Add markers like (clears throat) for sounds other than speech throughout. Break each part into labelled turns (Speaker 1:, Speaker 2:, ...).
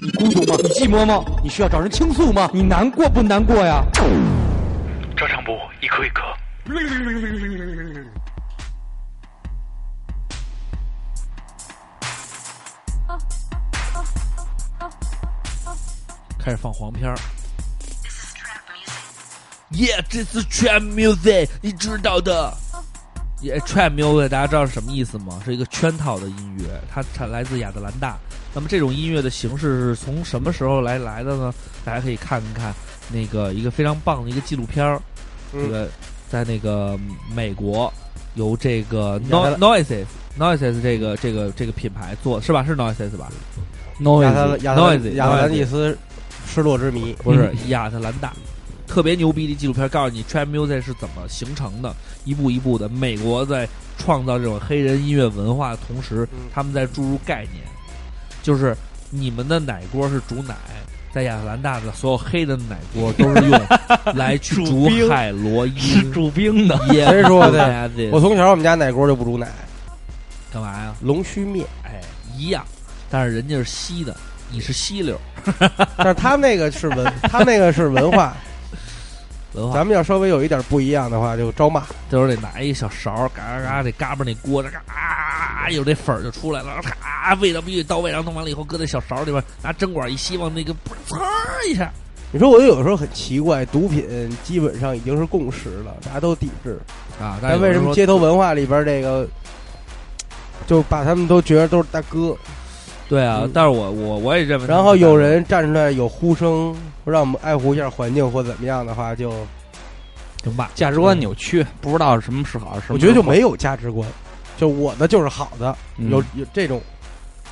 Speaker 1: 你孤独吗？你寂寞吗？你需要找人倾诉吗？你难过不难过呀？
Speaker 2: 照常补，一颗一颗。
Speaker 3: 开始放黄片儿。Yeah, this is trap music，你知道的。也 trap music，大家知道是什么意思吗？是一个圈套的音乐，它产来自亚特兰大。那么这种音乐的形式是从什么时候来来的呢？大家可以看一看那个一个非常棒的一个纪录片儿，
Speaker 4: 嗯
Speaker 3: 这个在那个美国由这个
Speaker 4: 亚特
Speaker 3: No
Speaker 4: 兰
Speaker 3: Noises Noises 这个这个这个品牌做是吧？是 Noises 吧？
Speaker 4: 亚特兰亚特
Speaker 3: Noisy，
Speaker 4: 兰亚特兰蒂斯失落之谜，嗯
Speaker 3: 不是亚特兰大，特别牛逼的纪录片，告诉你 trap music 是怎么形成的，一步一步的，美国在创造这种黑人音乐文化的同时
Speaker 4: 嗯，
Speaker 3: 他们在注入概念，就是你们的奶锅是煮奶。在亚特兰大的所有黑的奶锅都是用
Speaker 4: (laughs)
Speaker 3: 来去
Speaker 5: 煮
Speaker 3: 煮
Speaker 5: 冰
Speaker 3: 海洛
Speaker 5: 是
Speaker 3: 因。
Speaker 5: 驻兵的，
Speaker 3: 耶
Speaker 4: 谁说的
Speaker 3: (laughs)
Speaker 4: 我
Speaker 3: 我
Speaker 4: 从小我们家奶锅就不煮奶，
Speaker 3: 啊干嘛呀？
Speaker 4: 龙须面，
Speaker 3: 哎，一样，但是人家是西的，你是西流
Speaker 4: 但是他们那个是文，他们那个是文
Speaker 5: (laughs)
Speaker 4: 化，
Speaker 3: 文化。
Speaker 4: 咱们要稍微有一点不一样的话就招骂。
Speaker 3: 这时候得拿一小勺儿，嘎嘎嘎，得嘎巴那锅，嘎啊，有这粉儿就出来了，咔，味道必须到位，然后弄完了以后，搁在小勺里边，拿针管一吸，往那个啵呲儿一下，
Speaker 4: 你说我就有时候很奇怪，毒品基本上已经是共识了，大家都抵制，
Speaker 3: 啊，但
Speaker 4: 但为什么街头文化里边这个，就把他们都觉得都是大哥，
Speaker 3: 对啊
Speaker 4: 嗯，
Speaker 3: 但是我我我也认为，
Speaker 4: 然后有人站出来有呼声，让我们爱护一下环境或怎么样的话，就
Speaker 3: 就骂，
Speaker 5: 价值观扭曲，不知道什么是好，什嗯么
Speaker 4: 我觉得就没有价值观，就我的就是好的，有
Speaker 5: 有
Speaker 4: 有这种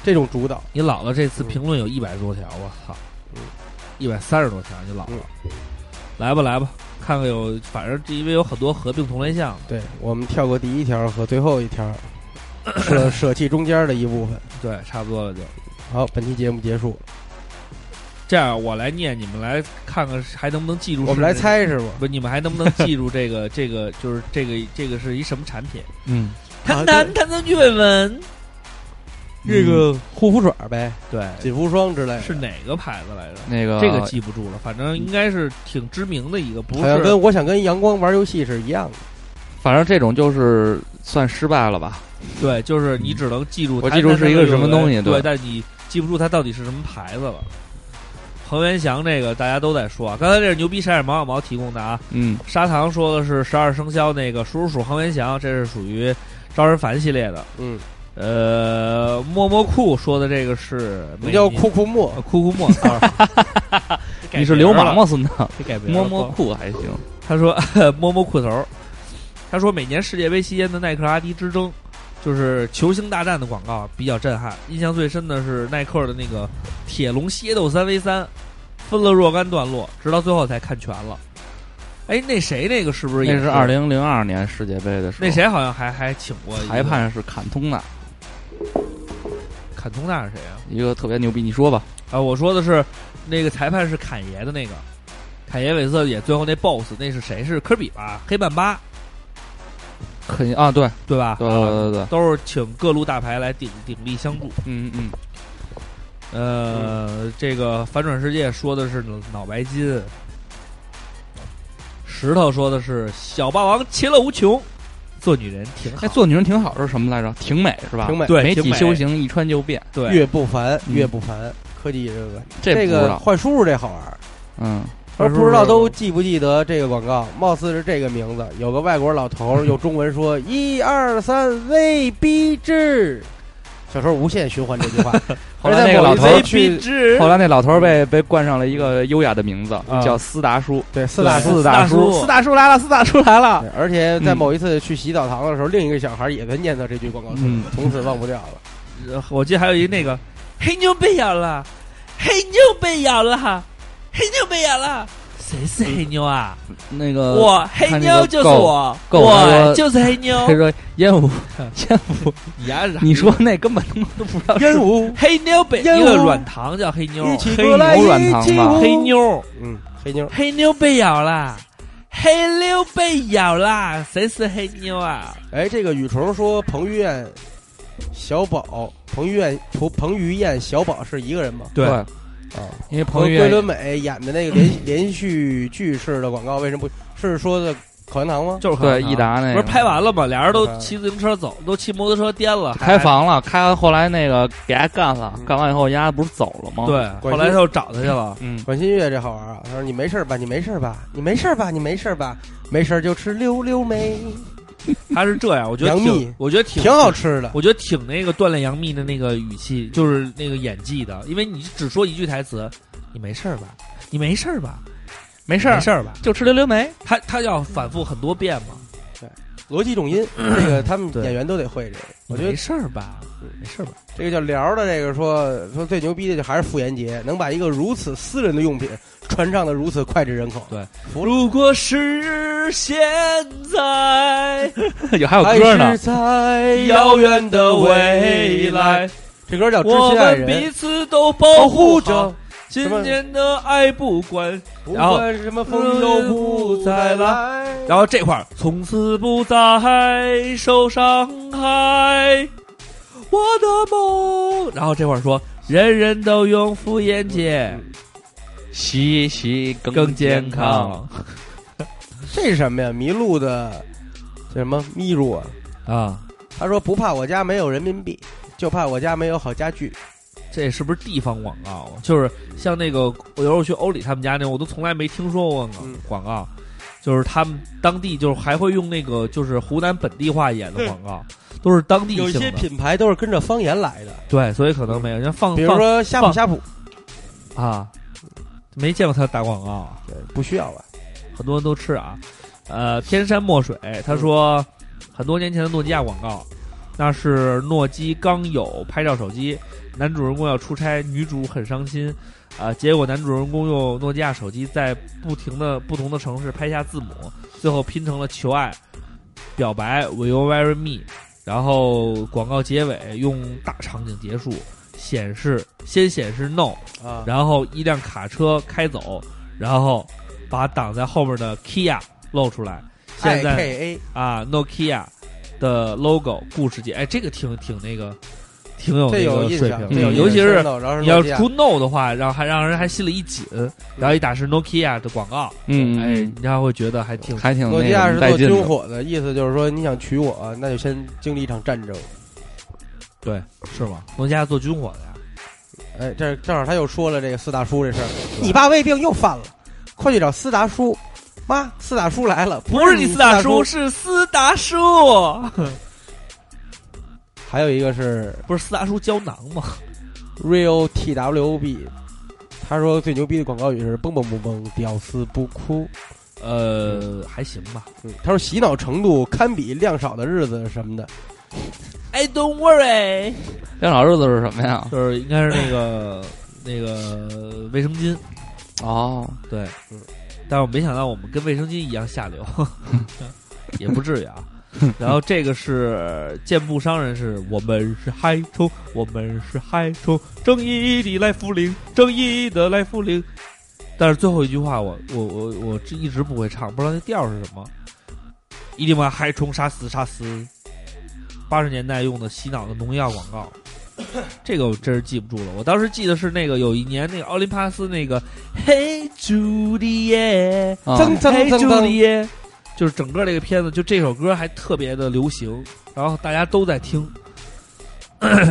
Speaker 4: 这种主导，
Speaker 3: 你姥姥这
Speaker 4: 嗯
Speaker 3: 次评论有一百多条，我操，一百三十多条，你姥
Speaker 4: 嗯
Speaker 3: 姥，来吧来吧，看看有，反正这因为有很多合并同类项，
Speaker 4: 对我们跳过第一条和最后一条，舍 (coughs) 舍弃中间的一部分。
Speaker 3: 对，差不多了就。
Speaker 4: 好，本期节目结束，
Speaker 3: 这样我来念，你们来看看还能不能记住。
Speaker 4: 我们来
Speaker 3: 猜。
Speaker 4: 猜是吗？
Speaker 3: 不，你们还能不能记住这个 (laughs) 这个就是这个这个是一什么产品？
Speaker 5: 嗯，
Speaker 4: 啊对
Speaker 3: 谈谈鱼尾纹，
Speaker 4: 这个护肤水儿呗，
Speaker 3: 对，
Speaker 4: 紧肤嗯霜之类的，
Speaker 3: 是哪个牌子来着？
Speaker 5: 那个
Speaker 3: 这个记不住了，反正应该是挺知名的一个，不
Speaker 4: 好像
Speaker 3: 是
Speaker 4: 跟我想跟阳光玩游戏是一样的。
Speaker 5: 反正这种就是算失败了吧？
Speaker 3: 对，就是你只能记住
Speaker 5: 我
Speaker 3: 它
Speaker 5: 记住
Speaker 3: 它
Speaker 5: 是一
Speaker 3: 那
Speaker 5: 个什么
Speaker 3: 有
Speaker 5: 东西
Speaker 3: 对，
Speaker 5: 对
Speaker 3: 但你记不住它到底是什么牌子了。彭元祥这个大家都在说啊，刚才这是牛逼闪闪毛小毛提供的啊，
Speaker 5: 嗯，
Speaker 3: 砂糖说的是十二生肖那个鼠鼠鼠恒源祥，这是属于招人烦系列的。
Speaker 4: 嗯，
Speaker 3: 呃，默默酷说的这个是
Speaker 4: 我
Speaker 3: 美
Speaker 4: 们叫
Speaker 3: 女
Speaker 4: 酷酷沫
Speaker 3: 呃，酷酷
Speaker 5: (laughs)
Speaker 3: 莫，啊
Speaker 5: 你是流氓？吗，孙子？
Speaker 3: 给改名了
Speaker 5: 摸摸，裤还行，
Speaker 3: 他说 (laughs) 摸摸裤头儿。他说每年世界杯期间的耐克阿迪之争，就是球星大战的广告比较震撼。印象最深的是耐克的那个铁笼械斗三 v 三，分了若干段落，直到最后才看全了。哎，那谁那个是不是也
Speaker 5: 那
Speaker 3: 是
Speaker 5: 是二？零零二年世界杯的时候，
Speaker 3: 那谁好像还还请过一个
Speaker 5: 裁？判是坎通纳，
Speaker 3: 坎通纳是谁啊？
Speaker 5: 一个特别牛逼，你说吧，
Speaker 3: 啊，我说的是那个裁判是坎爷的那个，坎爷韦瑟也最后那 BOSS 那是谁？是科比吧？黑曼巴
Speaker 5: 肯定啊，对，
Speaker 3: 对吧？
Speaker 5: 对
Speaker 3: 啊
Speaker 5: 对对对，
Speaker 3: 都是请各路大牌来鼎鼎力相助。
Speaker 5: 嗯嗯，
Speaker 3: 呃，这个反转世界说的是脑白金，石头说的是小霸王其乐无穷，做女人挺好。
Speaker 5: 哎，做女人挺好是什么来着？挺美是吧？
Speaker 4: 挺美，
Speaker 3: 对
Speaker 5: 媒
Speaker 3: 挺
Speaker 5: 体
Speaker 3: 美
Speaker 5: 修行一穿就变，
Speaker 3: 对
Speaker 4: 越不凡
Speaker 5: 嗯
Speaker 4: 越不凡。科技这个，
Speaker 5: 这不知
Speaker 4: 个
Speaker 5: 道，
Speaker 4: 坏叔叔这好玩儿。
Speaker 5: 嗯，
Speaker 4: 他说
Speaker 3: 坏叔叔
Speaker 4: 不知道都记不记得这个广告，貌似是这个名字。有个外国老头儿用中文 (laughs) 说：“一二三，V B 制。”小时候无限循环这句 (laughs) 话。
Speaker 5: 后来那个老头
Speaker 4: 而
Speaker 5: 儿
Speaker 4: 且某一
Speaker 5: 去
Speaker 4: 次，
Speaker 3: 之
Speaker 5: 后来那老头儿被被冠上了一个优雅的名字
Speaker 4: 啊，
Speaker 5: 叫斯达叔，
Speaker 4: 对四大
Speaker 5: 四
Speaker 4: 叔。
Speaker 5: 大
Speaker 3: 叔
Speaker 5: 叔，四大叔来了，四大叔来了
Speaker 4: 对，而且在
Speaker 5: 嗯
Speaker 4: 某一次去洗澡堂的时候，另一个小孩也在念叨这句广告词
Speaker 5: 嗯，
Speaker 4: 从此忘不掉了。
Speaker 3: 呃我记得还有一那个黑妞被咬了，黑妞被咬了，黑妞被咬了。谁是黑妞啊？
Speaker 5: 那个
Speaker 3: 我黑妞就是我，
Speaker 5: 够够他
Speaker 3: 我
Speaker 5: 说
Speaker 3: 就是黑妞
Speaker 5: 他。说烟
Speaker 3: (laughs)
Speaker 5: 雾，烟雾，
Speaker 3: 你呀
Speaker 5: 你说那根本都不知道
Speaker 4: (laughs) 烟 (laughs) 雾
Speaker 3: 黑妞被一
Speaker 4: 烟雾
Speaker 3: 个软糖叫黑妞，
Speaker 4: 啊一起
Speaker 3: 黑
Speaker 4: 过来，
Speaker 5: 牛
Speaker 4: 一
Speaker 5: 软糖
Speaker 4: 起
Speaker 5: 吧
Speaker 4: 舞
Speaker 3: 黑，妞，
Speaker 4: 嗯，黑妞。
Speaker 3: 黑妞被咬了，黑妞被咬啦。谁是黑妞啊？
Speaker 4: 哎，这个雨虫说彭于晏、小宝、彭于晏、彭彭于晏、小宝是一个人吗？
Speaker 3: 对，
Speaker 4: 啊，
Speaker 6: 因为
Speaker 4: 和
Speaker 6: 彭于
Speaker 4: 桂
Speaker 6: 晏
Speaker 4: 纶镁演的那个连连续剧式的广告，为什么不是说的口香糖吗？
Speaker 3: 就是
Speaker 5: 对，
Speaker 3: 一
Speaker 5: 益达那
Speaker 3: 不是
Speaker 5: 个
Speaker 3: 拍完了吗？俩人都
Speaker 4: 嗯
Speaker 3: 骑自行车走，都骑摩托车颠了，还
Speaker 5: 开。房了，开完后来那个给他干了，
Speaker 4: 嗯
Speaker 5: 干完以后丫不是走了吗？，
Speaker 3: 对，后来他又找他去了。
Speaker 5: 嗯，
Speaker 4: 管新月这好玩啊！他说：“你没事儿吧？你没事儿吧？你没事儿吧？你没事儿吧？没事儿就吃溜溜梅，
Speaker 3: 他是这样，我觉得
Speaker 4: 杨幂
Speaker 3: 挺，我觉得挺嗯
Speaker 4: 挺好吃的。
Speaker 3: 我觉得挺那个锻炼杨幂的那个语气，就是那个演技的，因为你只说一句台词，你没事儿吧？你没事儿吧？
Speaker 5: 没事
Speaker 3: 没
Speaker 5: 儿，
Speaker 3: 事儿吧？
Speaker 5: 就吃溜溜梅。
Speaker 3: 他他要反复很多遍嘛。”
Speaker 4: 逻辑重音，这个他们
Speaker 3: 对
Speaker 4: 演员都得会这个。我觉
Speaker 3: 没
Speaker 4: 得
Speaker 3: 事儿吧？没事儿吧？
Speaker 4: 这个叫聊儿的这个说说最牛逼的就还是傅炎杰，能把一个如此私人的用品传唱的如此脍炙人口。
Speaker 3: 对
Speaker 4: 服了。
Speaker 3: 如果是现 (laughs) 在，
Speaker 5: 有还有歌呢
Speaker 4: 还是，在
Speaker 3: 遥
Speaker 4: 遥
Speaker 3: 远
Speaker 4: 远
Speaker 3: 的
Speaker 4: 的
Speaker 3: 未
Speaker 4: 未
Speaker 3: 来
Speaker 4: 来，，这歌叫《知
Speaker 3: 我
Speaker 4: 心爱
Speaker 3: 们
Speaker 4: 人
Speaker 3: 彼》，此都保
Speaker 4: 保
Speaker 3: 护
Speaker 4: 护
Speaker 3: 着
Speaker 4: 着，
Speaker 3: 今天的爱不管。
Speaker 4: 不
Speaker 3: 然后呃
Speaker 4: 管什么风又不再来。
Speaker 3: 然后这块儿，从此不再受伤害，我的梦。然后这块儿说，人人都用妇炎洁
Speaker 5: 洗洗更
Speaker 3: 更健
Speaker 5: 健
Speaker 3: 康
Speaker 4: 这是什么呀？迷路的叫什么迷路啊？
Speaker 3: 啊。
Speaker 4: 他说不怕我家没有人民币，就怕我家没有好家具。
Speaker 3: 这是不是地方广告？啊就是像那个，我有时候去欧里他们家那，我都从来没听说过广
Speaker 4: 嗯
Speaker 3: 广告。就是他们当地，就是还会用那个，就是湖南本地话演的广告，都是当地
Speaker 4: 有一
Speaker 3: 性
Speaker 4: 些
Speaker 3: 的。
Speaker 4: 品牌都是跟着方言来的，
Speaker 3: 对，所以可能没有。人家放
Speaker 4: 比如说呷哺呷哺，
Speaker 3: 放啊，没见过他打广告啊。
Speaker 4: 对，不需要吧？
Speaker 3: 很多人都吃啊。呃，天山墨水他说，很多年前的诺基亚广告，那是诺基刚有拍照手机，男主人公要出差，女主很伤心，啊、结果男主人公用诺基亚手机在不停的不同的城市拍下字母，最后拼成了求爱、表白 “Will you marry me”，然后广告结尾用大场景结束，显示先显示 “no”，
Speaker 4: 啊，
Speaker 3: 然后一辆卡车开走，然后把挡在后面的 Kia 露出来。现
Speaker 4: I
Speaker 3: 在
Speaker 4: K A
Speaker 3: 啊，Nokia 的 logo 故事界，哎，这个挺挺那个，挺有
Speaker 4: 这
Speaker 3: 那
Speaker 4: 有
Speaker 3: 个
Speaker 4: 印
Speaker 3: 水
Speaker 4: 象，
Speaker 3: 平，
Speaker 4: 这有
Speaker 3: 嗯
Speaker 4: 印象
Speaker 3: 尤其是
Speaker 4: 然后是
Speaker 3: 你要
Speaker 4: 诺基亚
Speaker 3: 出 no 的话，让还让人还心里一紧，然后一打是 Nokia 的广告，
Speaker 5: 嗯，
Speaker 3: 哎，人家会觉得还挺
Speaker 5: 还挺
Speaker 4: 诺基
Speaker 5: 那
Speaker 4: 亚
Speaker 5: 个
Speaker 4: 是
Speaker 5: 带
Speaker 4: 做
Speaker 5: 劲
Speaker 4: 军
Speaker 5: 的。
Speaker 4: 火的，意思就是说你想娶我，那就先经历一场战争。
Speaker 3: 对，是吗？诺基亚做军火的呀，
Speaker 4: 哎，这正好他又说了这个四大叔这事儿，你爸胃病又犯了，快去找四大叔。妈，四大叔来了，
Speaker 3: 不是你
Speaker 4: 四
Speaker 3: 四大
Speaker 4: 叔
Speaker 3: 叔，，是四大叔，
Speaker 4: 还有一个是
Speaker 3: 不是四大叔胶囊吗？
Speaker 4: Real T W B，他说最牛逼的广告语是“蹦蹦蹦蹦，屌丝不哭
Speaker 3: 呃，还行吧。”。
Speaker 4: 嗯，他说洗脑程度堪比《量少的日子》什么的。
Speaker 3: I don't worry。
Speaker 5: 亮老日子是什么呀？
Speaker 3: 就是应该是那个那个卫生巾，
Speaker 5: 哦，
Speaker 3: 对，
Speaker 4: 嗯
Speaker 3: 但是我没想到我们跟卫生巾一样下流，也不至于啊。然后这个是健步商人是，我们是嗨冲，我们是嗨冲，正义的来福临，正义的来福临。但是最后一句话我，我我我这一直不会唱，不知道那调是什么。一定把嗨冲杀死杀死。八十年代用的洗脑的农药广告，这个我真是记不住了。我当时记得是那个有一年那个奥林帕斯那个嘿朱丽叶，
Speaker 5: 啊
Speaker 4: 增增
Speaker 3: 嘿
Speaker 4: 增
Speaker 3: 哎朱丽
Speaker 4: 增，
Speaker 3: 叶，就是整个这个片子就这首歌还特别的流行，然后大家都在听。 (clears throat)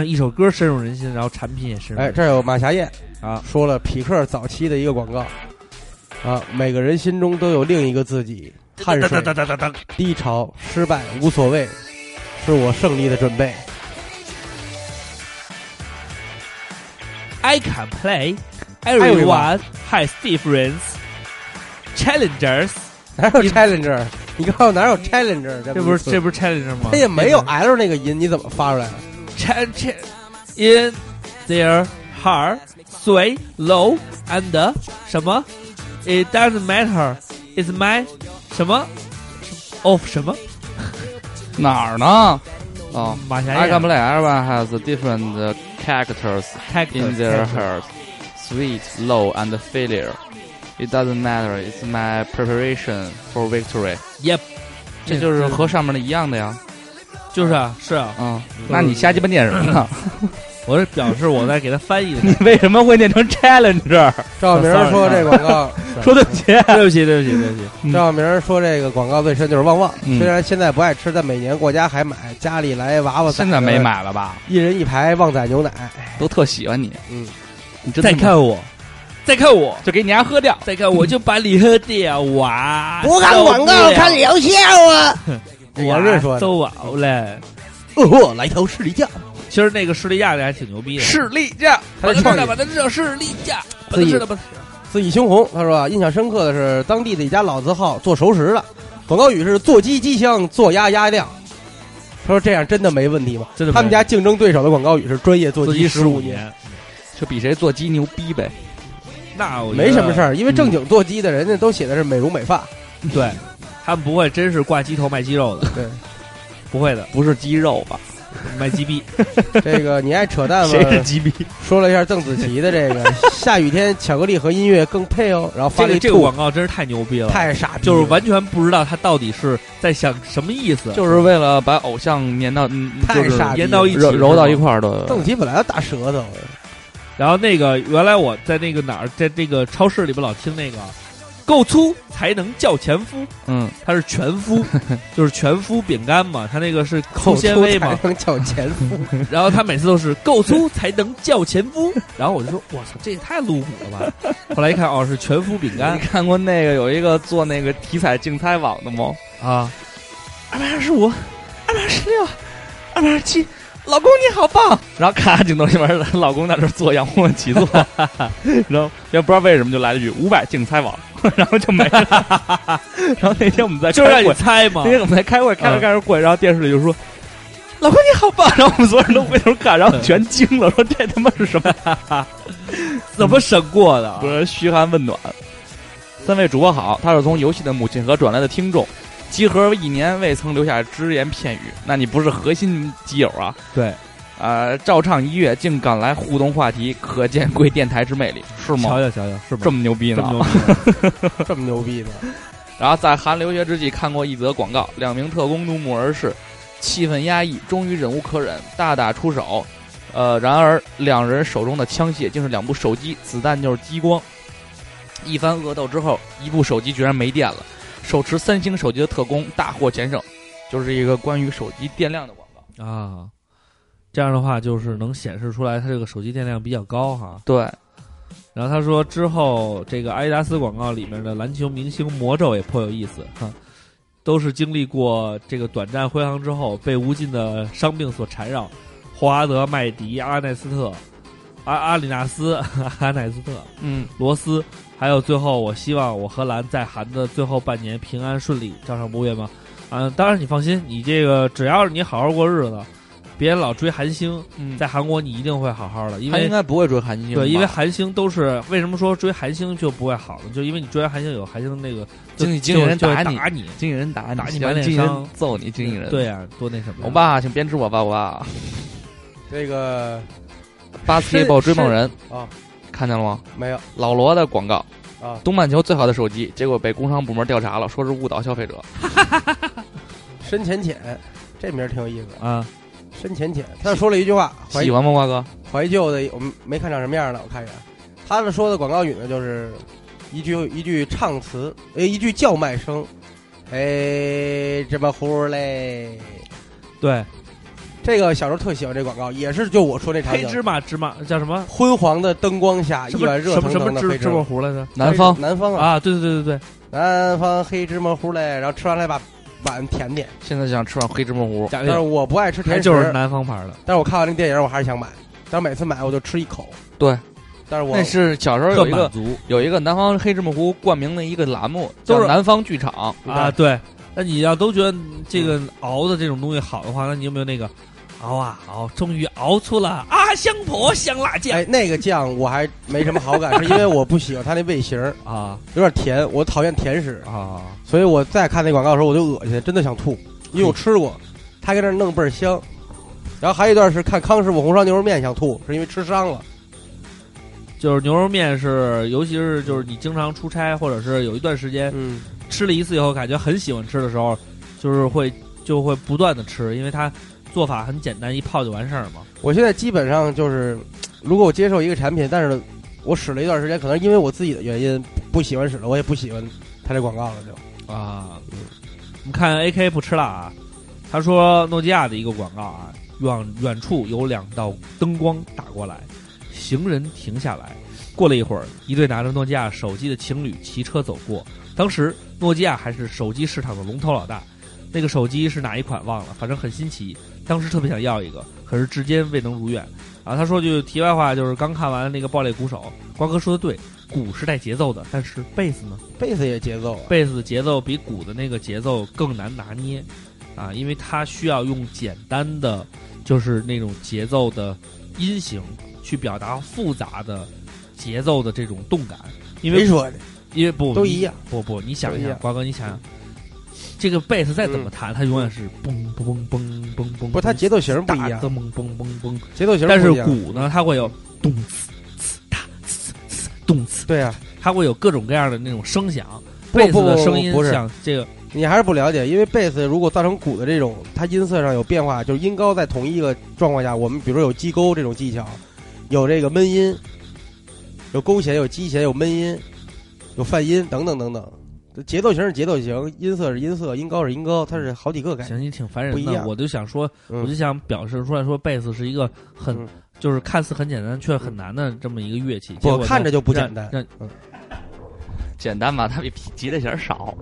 Speaker 3: 一首歌深入人心，然后产品也深入
Speaker 4: 哎，
Speaker 3: 人
Speaker 4: 这儿有马霞燕
Speaker 3: 心啊！
Speaker 4: 说了匹克早期的一个广告，啊，每个人心中都有另一个自己，汗水、
Speaker 3: 哒哒哒哒哒
Speaker 4: 低潮、失败无所谓，是我胜利的准备。
Speaker 3: I can play.
Speaker 4: 哎啊
Speaker 3: Everyone has different challenges.
Speaker 4: 哪有
Speaker 3: 你
Speaker 4: challenger？你告诉我哪有 challenger？
Speaker 3: 这不是这不是 challenger 吗？
Speaker 4: 他也哎没有 L 那个音，你怎么发出来的？
Speaker 3: Chan Chan in their heart, sway low and the- 什么？It doesn't matter. It's my 什么？of 什么？
Speaker 5: 哪儿呢？哦
Speaker 3: 马霞
Speaker 5: ，I
Speaker 3: 燕
Speaker 5: can play. Everyone has different characters in their
Speaker 3: Tactics
Speaker 5: heart, sweet, low, and failure. It doesn't matter. It's my preparation for victory.
Speaker 3: Yep，
Speaker 5: 这就是和上面的一样的呀。
Speaker 3: 就是啊，是啊，
Speaker 5: 嗯，那你瞎鸡巴念什么呢？
Speaker 3: 我是表示我在给他翻译的
Speaker 5: (laughs) 你为什么会念成 challenger？
Speaker 4: 赵明儿说这广告，
Speaker 5: 说 (laughs) 对不起，
Speaker 3: 对不起，对不起，对不起。
Speaker 5: 嗯
Speaker 4: 赵明儿说这个广告最深就是旺旺，
Speaker 5: 嗯
Speaker 4: 虽然现在不爱吃，但每年过家还买，家里来娃
Speaker 5: (laughs)
Speaker 4: 娃仔，
Speaker 5: 现在没，买了吧？
Speaker 4: 一人一排旺仔牛奶，
Speaker 5: 都特喜欢你，
Speaker 4: 嗯，
Speaker 5: 你真
Speaker 3: 再
Speaker 5: 的吗
Speaker 3: 看我，再看我，
Speaker 5: 就给你家喝掉。
Speaker 3: 再看我就把你喝掉哇！
Speaker 4: 疗效啊！
Speaker 3: (laughs) 我
Speaker 4: 我是说的
Speaker 3: 都完了。
Speaker 4: 哦，来条士力架，
Speaker 3: 其实那个士力架的还挺牛逼的，
Speaker 5: 士力架，
Speaker 4: 他
Speaker 3: 把
Speaker 4: 的
Speaker 3: 它
Speaker 4: 创
Speaker 3: 吃了，
Speaker 4: 意
Speaker 3: 把它热士力架，把
Speaker 4: 自
Speaker 3: 它
Speaker 4: 己
Speaker 3: 吃了，把它
Speaker 4: 自己胸红。他说啊，印象深刻的是当地的一家老字号做熟食的，广告语是“做鸡鸡香，做鸭鸭亮”。他说这样真的没问题吗？
Speaker 3: 真的没问题
Speaker 4: 他们家竞争对手的广告语是“专业做
Speaker 3: 做
Speaker 4: 鸡
Speaker 3: 鸡
Speaker 4: 十
Speaker 3: 五
Speaker 4: 五年。
Speaker 5: 就比谁做鸡牛逼呗。
Speaker 3: 那”我觉得
Speaker 4: 没什么事。儿，因为正经做鸡的人家都写的是美容美
Speaker 3: (laughs)
Speaker 4: 发，
Speaker 3: 对，他们不会真是挂鸡头卖鸡肉的，
Speaker 4: (laughs) 对，
Speaker 3: 不会的，
Speaker 5: 不是鸡肉吧？
Speaker 3: 卖鸡
Speaker 4: (laughs)
Speaker 3: 逼。
Speaker 4: 这个你爱扯淡吗？
Speaker 5: 鸡逼？
Speaker 4: 说了一下邓紫棋的这
Speaker 3: (laughs)
Speaker 4: 个下雨天，巧克力和音乐更配哦。然后
Speaker 3: 这
Speaker 4: 发了
Speaker 3: 个
Speaker 4: 一
Speaker 3: 这个
Speaker 4: 兔，
Speaker 3: 广告真是太牛逼了，
Speaker 4: 太傻逼了，
Speaker 3: 就是完全不知道他到底是在想什么意思，
Speaker 5: 就是为了把偶像粘到，嗯
Speaker 4: 太
Speaker 5: 就是
Speaker 4: 傻逼
Speaker 3: 粘到一起
Speaker 5: 揉揉到一
Speaker 3: 儿。
Speaker 5: 块儿的。
Speaker 4: 邓紫棋本来要大舌头，
Speaker 3: 然后那个原来我在那个哪儿，在那个超市里边老听那个，够粗才能叫前夫，
Speaker 5: 嗯，
Speaker 3: 它是全
Speaker 5: (laughs)
Speaker 3: 麸，就是全麸饼干嘛，它那个是粗
Speaker 4: 口
Speaker 3: 纤
Speaker 4: 出
Speaker 3: 维
Speaker 4: 才
Speaker 3: 嘛，
Speaker 4: 能叫前夫。
Speaker 3: 然后他每次都是够粗才能叫前夫，然后我就说我操，这也太露骨了吧！
Speaker 5: (laughs)
Speaker 3: 后来一看哦，是全麸饼
Speaker 5: 你
Speaker 3: 干
Speaker 5: 看过那个有一个做那个体彩竞猜网的吗？
Speaker 3: 啊，
Speaker 5: 二百二十五，二百二十六，二百二十七，老公你好棒！然后咔，镜头里面老公在这做仰卧起 (laughs) 坐，然后也不知道为什么就来了一句五百竞猜网， (laughs) 然后就没了。 (laughs) 然后那天我们在
Speaker 3: 就是
Speaker 5: 开
Speaker 3: 让你
Speaker 5: 会，
Speaker 3: 猜嘛
Speaker 5: 那。天我们在开会，开着
Speaker 3: 嗯
Speaker 5: 开着会，然后电视里就说。老公你好棒！ (laughs) 然后我们所有人都回头看，然后全惊了，说这他妈是 (laughs) 什么？
Speaker 3: 怎么审过的
Speaker 5: 嗯不？是嘘寒问暖。三位主播好，他是从游戏的母亲河转来的听众，集合一年未曾留下只言片语，那你不是核心基友啊？
Speaker 3: 对，
Speaker 5: 呃，照唱一乐，竟赶来互动话题，可见贵电台之魅力，是吗
Speaker 3: 瞧？瞧瞧瞧，是吗？
Speaker 5: 这么啊牛逼
Speaker 3: 这
Speaker 5: 呢
Speaker 3: 么？牛逼，
Speaker 4: (laughs) 这么牛逼呢？
Speaker 5: 然后在韩留学之际看过一则广告，两名特工怒目而视，气氛压抑，终于忍无可忍，大打出手。呃，然而两人手中的枪械竟是两部手机，子弹就是激光。一番恶斗之后，一部手机居然没电了。手持三星手机的特工大获全胜，就是一个关于手机电量的广告。
Speaker 3: 啊！这样的话就是能显示出来它这个手机电量比较高哈。
Speaker 5: 对，
Speaker 3: 然后他说之后这个阿迪达斯广告里面的篮球明星魔咒也颇有意思哈，都是经历过这个短暂辉煌之后被无尽的伤病所缠绕，霍华德、麦迪、阿奈斯特、阿阿里纳斯、阿奈斯特、
Speaker 5: 嗯，
Speaker 3: 罗斯，还有最后我希望我和兰在韩的最后半年平安顺利，照常不误吗？嗯，当然你放心，你这个只要是你好好过日子，别老追韩星，
Speaker 5: 嗯
Speaker 3: 在韩国你一定会好好的，因
Speaker 5: 他
Speaker 3: 为
Speaker 5: 应该不会追韩星吧，
Speaker 3: 对，因为韩星都是为什么说追韩星就不会好呢？就因为你追完韩星有韩星那个就
Speaker 5: 经纪经纪人
Speaker 3: 就会
Speaker 5: 打
Speaker 3: 打
Speaker 5: 你
Speaker 3: 你，
Speaker 5: 经纪人打你，
Speaker 3: 打你
Speaker 5: 经
Speaker 3: 满脸
Speaker 5: 纪人
Speaker 3: 伤
Speaker 5: 揍你，经纪人
Speaker 3: 对，呀、多那什么呀。
Speaker 5: 欧巴，请鞭笞我吧，欧巴。
Speaker 4: 这个
Speaker 5: 巴斯蒂鲍追梦人
Speaker 4: 是啊，
Speaker 5: 看见了吗？
Speaker 4: 没有
Speaker 5: 老罗的广告，
Speaker 4: 啊，
Speaker 5: 东半球最好的手机，结果被工商部门调查了，说是误导消费者。
Speaker 4: 深浅浅，这名儿挺有意思。
Speaker 3: 啊，
Speaker 4: 深浅浅，他说了一句话，怀
Speaker 5: 喜欢吗，瓜哥？
Speaker 4: 怀旧的，我们没看长什么样呢？我看一眼，他们说的广告语呢，就是一句一句唱词，呃，一句叫卖声，哎，这么呼嘞。
Speaker 3: 对，
Speaker 4: 这个小时候特喜欢这广告，也是就我说那场
Speaker 3: 黑芝
Speaker 4: 景，
Speaker 3: 麻芝麻叫什么？
Speaker 4: 昏黄的灯光下，
Speaker 5: 啊
Speaker 3: 什
Speaker 4: 一
Speaker 3: 么
Speaker 4: 碗热
Speaker 3: 什么
Speaker 4: 腾
Speaker 3: 什
Speaker 4: 腾
Speaker 3: 么
Speaker 4: 的
Speaker 3: 芝
Speaker 4: 黑芝
Speaker 3: 芝麻
Speaker 4: 麻
Speaker 3: 糊来着？
Speaker 5: 南方
Speaker 4: 南方啊，
Speaker 3: 啊，对对对对对，
Speaker 4: 南方黑芝麻糊嘞，然后吃完来把碗舔舔。
Speaker 5: 现在想吃碗黑芝麻糊，
Speaker 3: 贾
Speaker 4: 但是
Speaker 3: 玲
Speaker 4: 我不爱吃
Speaker 3: 还
Speaker 4: 甜食，
Speaker 3: 哎就是南方牌的，
Speaker 4: 但是我看完那个电影，我还是想买，但是每次买我就吃一口。
Speaker 5: 对，
Speaker 4: 但是我
Speaker 5: 那是小时候
Speaker 3: 特
Speaker 5: 有一个
Speaker 3: 满足
Speaker 5: 有一个南方黑芝麻糊冠名的一个栏目，
Speaker 3: 都
Speaker 5: 叫
Speaker 3: 是
Speaker 5: 南方剧场。
Speaker 3: 啊。对，那你要都觉得这个熬的这种东西好的话，那你有没有那个熬啊熬，终于熬出了阿香婆香辣酱
Speaker 4: 哎，那个酱我还没什么好感，是因为我不喜欢它那味型儿，
Speaker 5: 哎
Speaker 3: 啊
Speaker 4: 有点甜，我讨厌甜食，
Speaker 3: 啊！
Speaker 4: 所以我再看那广告的时候我就恶心，真的想吐，因为我吃过，他跟那儿弄倍儿香。然后还有一段是看康师傅红烧牛肉面想吐，是因为吃伤了。
Speaker 3: 就是牛肉面是，尤其是就是你经常出差或者是有一段时间
Speaker 4: 嗯，
Speaker 3: 吃了一次以后，感觉很喜欢吃的时候，就是会就会不断的吃，因为它做法很简单，一泡就完事儿嘛。
Speaker 4: 我现在基本上就是，如果我接受一个产品，但是我使了一段时间，可能因为我自己的原因不喜欢使了，我也不喜欢它这广告了就。
Speaker 3: 啊，我们看 AK 不吃辣啊，他说诺基亚的一个广告啊，远远处有两道灯光打过来，行人停下来。过了一会儿，一对拿着诺基亚手机的情侣骑车走过。当时诺基亚还是手机市场的龙头老大，那个手机是哪一款忘了，反正很新奇。当时特别想要一个，可是至今未能如愿。啊，他说句题外话，就是刚看完那个《爆裂鼓手》，瓜哥说的对，鼓是带节奏的，但是贝斯呢？
Speaker 4: 贝斯也节奏啊，
Speaker 3: 贝斯的节奏比鼓的那个节奏更难拿捏啊，因为它需要用简单的，就是那种节奏的音型去表达复杂的节奏的这种动感。因
Speaker 4: 没
Speaker 3: 为
Speaker 4: 说的
Speaker 3: 因为不
Speaker 4: 都一样，
Speaker 3: 你不不，你想一
Speaker 4: 都一
Speaker 3: 想
Speaker 4: 样，嗯
Speaker 3: 瓜哥，你想想，这个贝斯再怎么弹，它永远是嘣嘣嘣嘣嘣嘣，
Speaker 4: 不，它节奏型不
Speaker 3: 大
Speaker 4: 一样，
Speaker 3: 嘣嘣嘣嘣嘣，
Speaker 4: 节奏型
Speaker 3: 但是
Speaker 4: 不一样
Speaker 3: 鼓呢，它会有咚呲呲哒呲呲咚呲，
Speaker 4: 对啊，
Speaker 3: 它会有各种各样的那种声响。
Speaker 4: 不
Speaker 3: 贝斯
Speaker 4: 不
Speaker 3: 的
Speaker 4: 不
Speaker 3: 声音
Speaker 4: 不是
Speaker 3: 像这个
Speaker 4: 你还是不了解，因为贝斯如果造成鼓的这种，它音色上有变化，就是音高在同一个状况下，我们比如说有击勾这种技巧，有这个闷音，有勾弦，有击弦，有闷音，有泛音等等等等。节奏型是节奏型，音色是音色，音高是音高，它是好几个概念。
Speaker 3: 行，你挺烦
Speaker 4: 不
Speaker 3: 人
Speaker 4: 一
Speaker 3: 的。
Speaker 4: 样
Speaker 3: 我就想说，我就
Speaker 4: 嗯，
Speaker 3: 想表示出来说，贝斯是一个很、
Speaker 4: 嗯
Speaker 3: 就是看似很简单却很难的这么一个乐器。
Speaker 4: 不看着就不简单
Speaker 3: 让
Speaker 5: 简单吧，它比吉他弦儿少。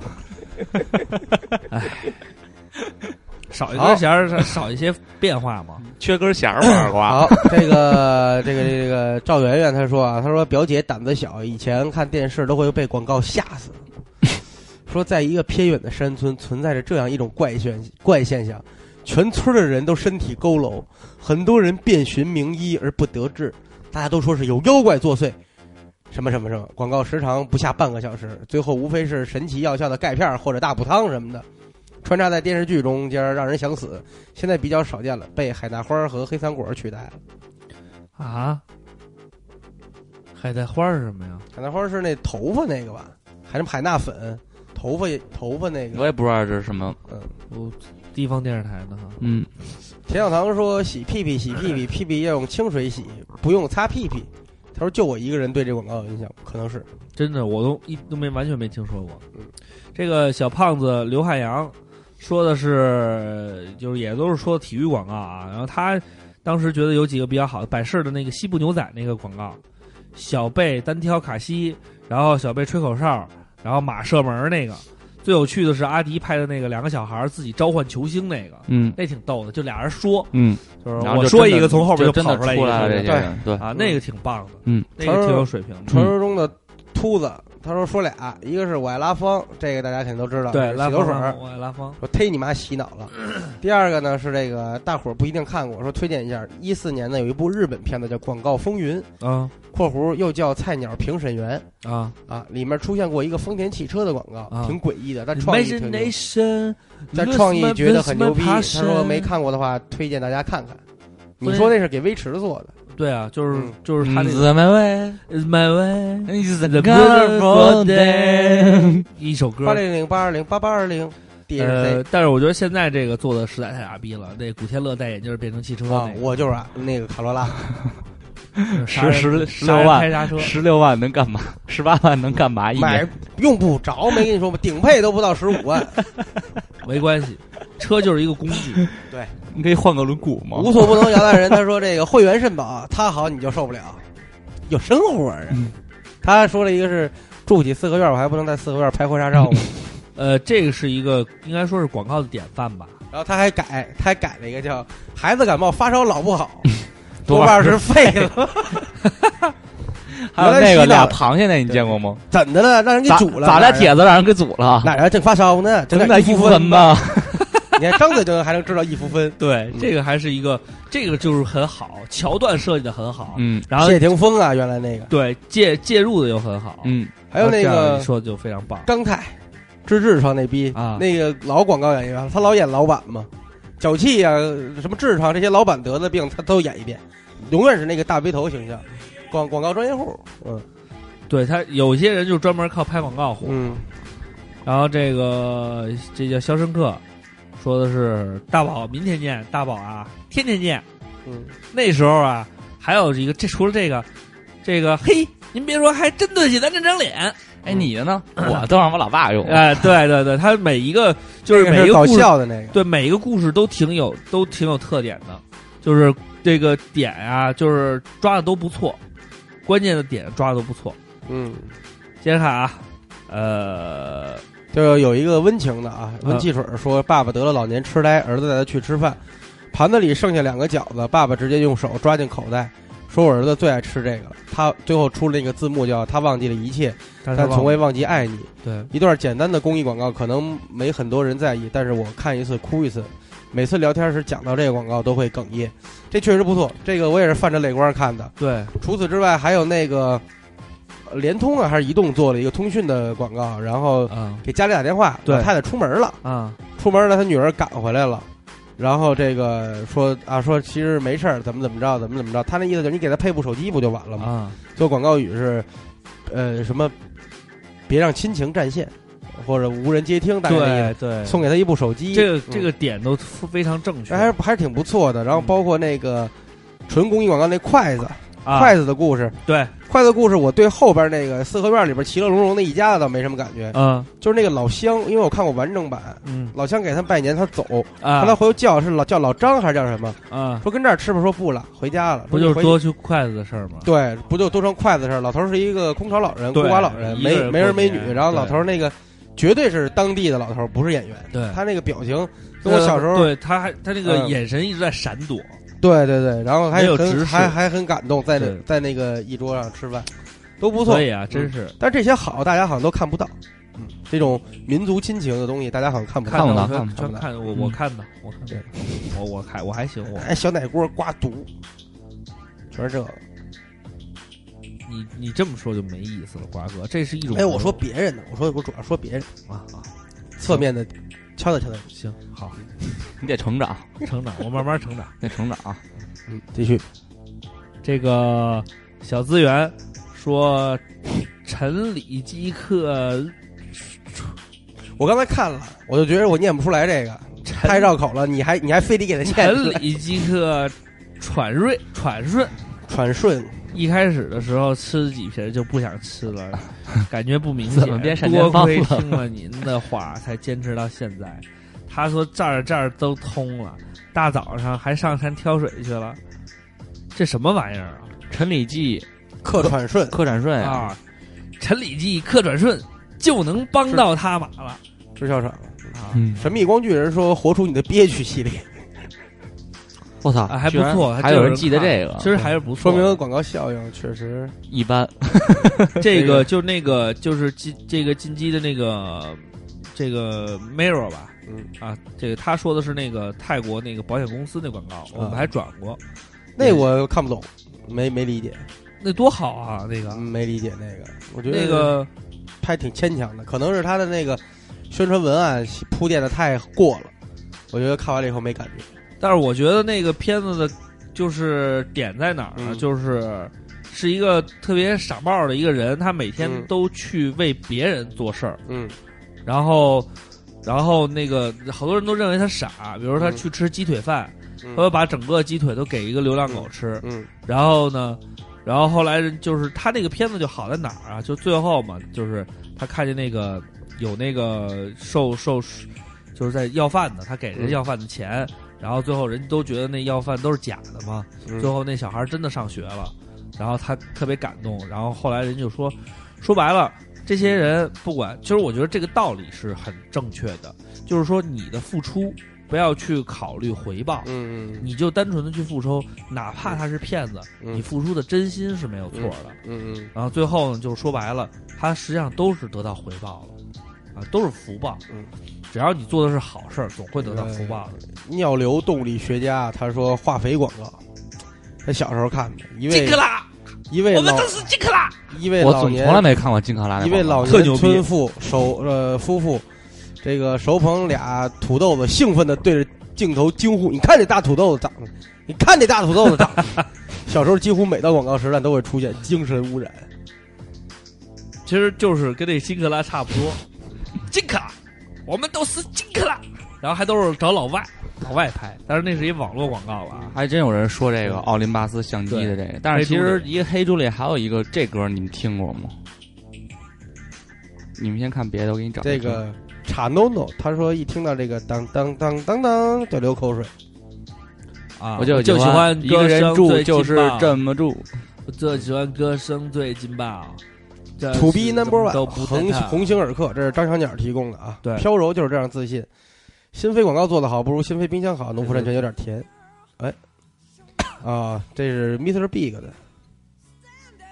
Speaker 3: 少一
Speaker 4: 好
Speaker 3: 根弦儿，少少一些变化嘛。
Speaker 5: 缺根弦儿吧，二瓜。
Speaker 4: 好，这个 (laughs) 这个这个赵媛媛她说啊，她说表姐胆子小，以前看电视都会被广告吓死。 (laughs) 说在一个偏远的山村，存在着这样一种怪现怪现象：全村的人都身体佝偻，很多人遍寻名医而不得治，大家都说是有妖怪作祟。什么什么什么，广告时长不下半个小时，最后无非是神奇药效的钙片儿或者大补汤什么的，穿插在电视剧中间，让人想死。现在比较少见了，被海大花儿和黑糖果儿取代了。
Speaker 3: 啊，海带花是什么呀？
Speaker 4: 海南花是那头发那个吧？还是海纳粉？头发也头发那
Speaker 5: 我
Speaker 4: 个？
Speaker 5: 也不知道这是什么。
Speaker 3: 我地方电视台的哈。
Speaker 5: 嗯，
Speaker 4: 田小棠说洗屁屁洗屁屁，屁屁要用清水洗，不用擦屁屁。他说就我一个人对这广告有印象，可能是
Speaker 3: 真的，我都一都没完全没听说过
Speaker 4: 嗯。
Speaker 3: 这个小胖子刘汉阳说的是，就是也都是说体育广告啊。然后他当时觉得有几个比较好的，百事的那个西部牛仔那个广告，小贝单挑卡西，然后小贝吹口哨，然后马射门那个。最有趣的是阿迪拍的那个两个小孩自己召唤球星那个，
Speaker 5: 嗯
Speaker 3: 那挺逗的，就俩人说，
Speaker 5: 嗯，
Speaker 3: 就是
Speaker 5: 然后
Speaker 3: 我
Speaker 5: 就
Speaker 3: 说
Speaker 5: 真的
Speaker 3: 一个，从后边
Speaker 5: 就真
Speaker 3: 跑
Speaker 5: 的
Speaker 3: 出来一
Speaker 5: 出来了
Speaker 3: 个
Speaker 5: 这些人，对，
Speaker 3: 啊，那个挺棒的，
Speaker 5: 嗯，
Speaker 3: 那个挺有水平的。
Speaker 4: 传说中的秃子。他说说俩，一个是我爱拉芳，这个大家肯定都知道，
Speaker 3: 对，
Speaker 4: 洗
Speaker 3: 拉
Speaker 4: 头
Speaker 3: 风
Speaker 4: 水
Speaker 3: 拉
Speaker 4: 儿。
Speaker 3: 风，我爱拉风。
Speaker 4: 说忒你妈洗脑
Speaker 3: (clears throat)
Speaker 4: 了。第二个呢是这个大伙儿不一定看过，说推荐一下，一四年呢有一部日本片子叫《广告风云》
Speaker 3: 啊
Speaker 4: （括弧又叫菜鸟评审员）。
Speaker 3: 啊
Speaker 4: 啊，里面出现过一个丰田汽车的广告，
Speaker 3: 啊
Speaker 4: 挺诡异的，但创意挺牛，
Speaker 3: ，imagination，
Speaker 4: 但创意觉得很牛逼。他说没看过的话，推荐大家看看。你说那是给威驰做的，
Speaker 3: 对啊，就是、
Speaker 4: 嗯
Speaker 3: 就是他那个、
Speaker 5: 怎么喂？
Speaker 3: Is my way
Speaker 5: It's a
Speaker 3: the
Speaker 5: colorful
Speaker 3: beautiful
Speaker 5: day
Speaker 3: day，一首
Speaker 4: 八
Speaker 3: 歌。
Speaker 4: 零零八二零八八二零 D C
Speaker 3: 呃，但是我觉得现在这个做的实在太傻逼了。那古天乐戴眼镜变成汽车
Speaker 4: 啊
Speaker 3: 那，个，
Speaker 4: 我就是啊，那个卡罗拉，
Speaker 3: 杀人
Speaker 5: 十
Speaker 3: 杀
Speaker 5: 十
Speaker 3: 人
Speaker 5: 十六万
Speaker 3: 开刹
Speaker 4: (laughs)
Speaker 3: 车，
Speaker 5: 十六万能干嘛？十八万能干
Speaker 3: 哎
Speaker 5: 嘛？一
Speaker 4: 买
Speaker 5: 年
Speaker 4: 用不着，没跟你说吗？顶配都不到十五万，
Speaker 3: 没关系，车就是一个工具。
Speaker 5: 你可以换个轮毂
Speaker 3: 哦
Speaker 5: 吗？
Speaker 4: 无所不能摇大人。他说这个会员肾宝，啊他好你就受不了，有生活啊。
Speaker 3: 嗯
Speaker 4: 他说了一个是住起四合院，我还不能在四合院拍婚纱照吗？
Speaker 3: 呃，这个是一个应该说是广告的典范吧。
Speaker 4: 然后他还改，他还改了一个叫“孩子感冒发烧老不好”，多
Speaker 5: 多
Speaker 4: 半是废了，
Speaker 5: 还有那
Speaker 4: 原来
Speaker 5: 个
Speaker 4: 洗脑
Speaker 5: 俩
Speaker 4: 的
Speaker 5: 螃蟹那，你见过吗？
Speaker 4: 怎的了？让人给
Speaker 5: 咋
Speaker 4: 煮了，
Speaker 5: 咋
Speaker 4: 俩
Speaker 5: 俩帖子让人给煮了？
Speaker 4: 哪人正发烧呢？整
Speaker 5: 整点
Speaker 4: 点
Speaker 5: 一
Speaker 4: 一夫
Speaker 5: 夫 (laughs) 分
Speaker 4: 分吧。
Speaker 5: 吧。
Speaker 4: (laughs) 你看张嘴就能还能知道一夫分。
Speaker 3: 对
Speaker 4: 嗯
Speaker 3: 这个还是一个，这个就是很好，桥段设计的很好，
Speaker 5: 嗯
Speaker 3: 然后
Speaker 4: 谢霆锋啊，原来那个，
Speaker 3: 对介介入的又很好，
Speaker 5: 嗯，
Speaker 4: 还有那
Speaker 3: 然后啊这样
Speaker 4: 个
Speaker 3: 你说的就非常棒。
Speaker 4: 张泰，芝芝上那逼
Speaker 3: 啊
Speaker 4: 那个老广告演员，他老演老板嘛，脚气啊，什么痔疮这些老板得的病，他都演一遍，永远是那个大背头形象。广广告专业户，嗯
Speaker 3: 对他有些人就专门靠拍广告火，
Speaker 4: 嗯，
Speaker 3: 然后这个这叫《肖申克》，说的是大宝，明天见，大宝啊，天天见。
Speaker 4: 嗯，
Speaker 3: 那时候啊，还有一个，这除了这个，这个嘿，您别说，还真对得起咱这张脸。
Speaker 5: 哎，你的呢？我都让我老爸用了。
Speaker 3: 哎，对对对，他每一个就是
Speaker 4: 这
Speaker 3: 每一
Speaker 4: 是
Speaker 3: 个
Speaker 4: 搞
Speaker 3: 故事，
Speaker 4: 笑的那个，
Speaker 3: 对每一个故事都挺有都挺有特点的，就是这个点啊，就是抓的都不错，关键的点抓的都不错。
Speaker 4: 嗯，
Speaker 3: 接着看啊，呃，
Speaker 4: 就是有一个温情的啊，温汽水说爸爸得了老年痴呆，儿子带他去吃饭，盘子里剩下两个饺子，爸爸直接用手抓进口袋，说我儿子最爱吃这个了。他最后出了那个字幕叫他忘记了一切，但从未忘记爱你。
Speaker 3: 对
Speaker 4: 一段简单的公益广告，可能没很多人在意，但是我看一次哭一次。每次聊天时讲到这个广告都会哽咽，这确实不错。这个我也是泛着泪光看的。
Speaker 3: 对
Speaker 4: 除此之外，还有那个呃联通啊，还是移动做了一个通讯的广告，然后
Speaker 3: 啊
Speaker 4: 给家里打电话，
Speaker 3: 对
Speaker 4: 老太太出门了，
Speaker 3: 啊
Speaker 4: 出门了，她女儿赶回来了。然后这个说啊，说其实没事儿，怎么怎么着，怎么怎么着。他那意思就是你给她配部手机不就完了吗？
Speaker 3: 啊
Speaker 4: 做广告语是，呃，什么，别让亲情占线，或者无人接听，大概那意思
Speaker 3: 对对，
Speaker 4: 送给她一部手机。
Speaker 3: 这个这
Speaker 4: 嗯
Speaker 3: 个点都非常正确，
Speaker 4: 还是还是挺不错的。然
Speaker 3: 嗯
Speaker 4: 后包括那个纯公益广告那筷子，
Speaker 3: 啊
Speaker 4: 筷子的故事，
Speaker 3: 对，
Speaker 4: 筷子故事，我对后边那个四合院里边其乐融融那一家子倒没什么感觉，
Speaker 3: 嗯
Speaker 4: 就是那个老乡，因为我看过完整版，
Speaker 3: 嗯
Speaker 4: 老乡给他拜年，他走，后来
Speaker 3: 啊
Speaker 4: 回头叫是老叫老张还是叫什么？
Speaker 3: 啊，
Speaker 4: 说跟这儿吃吧，说不了，回家了，
Speaker 3: 不就是
Speaker 4: 回
Speaker 3: 多去筷子的事儿吗？
Speaker 4: 对，不就多成筷子事儿？老头儿是一个空巢老人，孤
Speaker 3: 对
Speaker 4: 寡老人，
Speaker 3: 一个人
Speaker 4: 没没
Speaker 3: 过
Speaker 4: 儿没
Speaker 3: 年
Speaker 4: 女，然后
Speaker 3: 对
Speaker 4: 老头儿那个绝对是当地的老头儿，不是演员，
Speaker 3: 对，呃
Speaker 4: 他那个表情跟我小时候
Speaker 3: 对他还他那个
Speaker 4: 嗯
Speaker 3: 眼神一直在闪躲，
Speaker 4: 对对对，然后还
Speaker 3: 没有直视
Speaker 4: 很还还很感动，在那
Speaker 3: 对
Speaker 4: 在那个一桌上吃饭，都不错嗯
Speaker 3: 所。以啊，真是
Speaker 4: 但这些好，大家好像都看不到。嗯，这种民族亲情的东西，大家好像看不到。嗯
Speaker 5: 看不
Speaker 3: 到
Speaker 5: 到
Speaker 3: 全
Speaker 5: 看不到
Speaker 3: 全看我我看的我看的
Speaker 4: 对
Speaker 3: 我我看我还行我
Speaker 4: 哎，小奶锅刮毒，全是这个。
Speaker 3: 你你这么说就没意思了，瓜哥，这是一种
Speaker 4: 哎，我说别人的，我说我主要说别人
Speaker 3: 啊啊，
Speaker 4: 侧面的，敲打敲打。
Speaker 3: 行好，
Speaker 5: 你得成长，
Speaker 3: 成长，我慢慢成长。
Speaker 5: 得成长啊！
Speaker 4: 嗯，继续。
Speaker 3: 这个小资源说，陈李基克
Speaker 4: 我刚才看了，我就觉得我念不出来这个，
Speaker 3: 陈
Speaker 4: 太绕口了。你还你还非得给他念
Speaker 3: 陈
Speaker 4: 出来？
Speaker 3: 李基克喘瑞喘顺，
Speaker 4: 喘顺，
Speaker 3: 一开始的时候吃几瓶就不想吃
Speaker 5: (laughs)
Speaker 3: 了，感觉不明
Speaker 5: 怎么变
Speaker 3: 显，
Speaker 5: 闪电
Speaker 3: 多
Speaker 5: 棒
Speaker 3: 亏
Speaker 5: 了
Speaker 3: 听了您的话才坚持到现在。他说这儿这儿都通了，大早上还上山挑水去了，这什么玩意儿啊？
Speaker 5: 陈李济、
Speaker 4: 克喘 (laughs) 顺，
Speaker 5: 柯展顺啊，
Speaker 3: 啊，陈李济、客转顺就能帮到他马了
Speaker 4: 知校长。
Speaker 3: 啊！
Speaker 5: 嗯，
Speaker 4: 神秘光巨人说：“活出你的憋屈”系列，
Speaker 5: 我操
Speaker 3: 啊还不
Speaker 5: 居然
Speaker 3: 错还
Speaker 5: 还
Speaker 3: 真
Speaker 5: 有
Speaker 3: 有
Speaker 5: 人
Speaker 3: 人
Speaker 5: 记得
Speaker 3: 看
Speaker 5: 这个
Speaker 3: 其，实还是不错
Speaker 4: (laughs) 说
Speaker 3: 的，
Speaker 4: 明广告效应确实
Speaker 5: 一般。
Speaker 3: 这
Speaker 4: 这个
Speaker 3: 个就那个就是进这个进击的那个这个 Mirror 吧，
Speaker 4: 嗯
Speaker 3: 啊，这个他说的是那个泰国那个保险公司那广告，我们还转过，
Speaker 4: 那我看不懂，没没理解，
Speaker 3: 那多好啊，那个
Speaker 4: 没理解那个，我觉得
Speaker 3: 那个
Speaker 4: 拍挺牵强的，可能是他的那个宣传文案铺垫的太过了，我觉得看完了以后没感觉。
Speaker 3: 但是我觉得那个片子的，就是点在哪儿呢？
Speaker 4: 嗯
Speaker 3: 就是是一个特别傻帽的一个人，他每天
Speaker 4: 嗯
Speaker 3: 都去为别人做事儿，
Speaker 4: 嗯
Speaker 3: 然后，然后那个好多人都认为他傻，比如他
Speaker 4: 嗯
Speaker 3: 去吃鸡腿饭，
Speaker 4: 嗯
Speaker 3: 他会把整个鸡腿都给一个流浪狗吃，
Speaker 4: 嗯
Speaker 3: 然后呢，然后后来人就是他那个片子就好在哪儿啊？就最后嘛，就是他看见那个有那个受受，就是在要饭的，他给人
Speaker 4: 嗯
Speaker 3: 要饭的钱，然后最后人都觉得那要饭都是假的嘛，
Speaker 4: 嗯
Speaker 3: 最后那小孩真的上学了，然后他特别感动，然后后来人就说，说白了。这些人不管，其实我觉得这个道理是很正确的，就是说你的付出不要去考虑回报，
Speaker 4: 嗯
Speaker 3: 你就单纯的去付出，哪怕他是骗子，
Speaker 4: 嗯
Speaker 3: 你付出的真心是没有错的。
Speaker 4: 嗯嗯
Speaker 3: 然后最后呢，就是说白了，他实际上都是得到回报了，啊，都是福报。
Speaker 4: 嗯，
Speaker 3: 只要你做的是好事儿，总会得到福报的。
Speaker 4: 尿流动力学家他说化肥广告，他小时候看的，一
Speaker 3: 金
Speaker 4: 位
Speaker 3: 克拉，
Speaker 4: 一位
Speaker 3: 我们
Speaker 4: 老
Speaker 3: 都是金克拉。
Speaker 4: 一位
Speaker 5: 我
Speaker 4: 老
Speaker 5: 总
Speaker 4: 年
Speaker 5: 从来没看过金克拉那
Speaker 4: 一位
Speaker 5: 广
Speaker 4: 老
Speaker 5: 告
Speaker 3: 特牛
Speaker 4: 年
Speaker 3: 逼
Speaker 4: 村妇手呃夫妇，这个手捧俩土豆子，兴奋的对着镜头惊呼：“你看这大土豆子长得，你看这大土豆子长得。”小时候几乎每到广告时段都会出现精神污染。
Speaker 3: 其实就是跟那金克拉差不多。金克拉，我们都是金克拉。然后还都是找老外，老外拍，但是那是一网络广告了啊。
Speaker 5: 还真有人说这个奥林巴斯相机的这个，但是其实一个黑猪里还有一个这歌，你们听过吗？你们先看别的，我给你找
Speaker 4: 这个查 no no，他说一听到这个当当当当当就流口水。
Speaker 3: 啊，
Speaker 5: 我就
Speaker 3: 就喜欢
Speaker 5: 一个人
Speaker 3: 歌
Speaker 5: 住
Speaker 3: 声最
Speaker 5: 就是
Speaker 3: 劲爆
Speaker 5: 这么住。
Speaker 3: 我最喜欢歌声最劲爆。这
Speaker 4: To be
Speaker 3: 是呃怎
Speaker 4: number
Speaker 3: 么都
Speaker 4: one，
Speaker 3: 不
Speaker 4: 红
Speaker 3: 带套
Speaker 4: 红星尔克，这是张小鸟提供的啊。
Speaker 3: 对
Speaker 4: 飘柔就是这样自信。新飞广告做得好，不如新飞冰箱好。农夫山泉有点甜。哎，啊，这是 Mr. Big 的，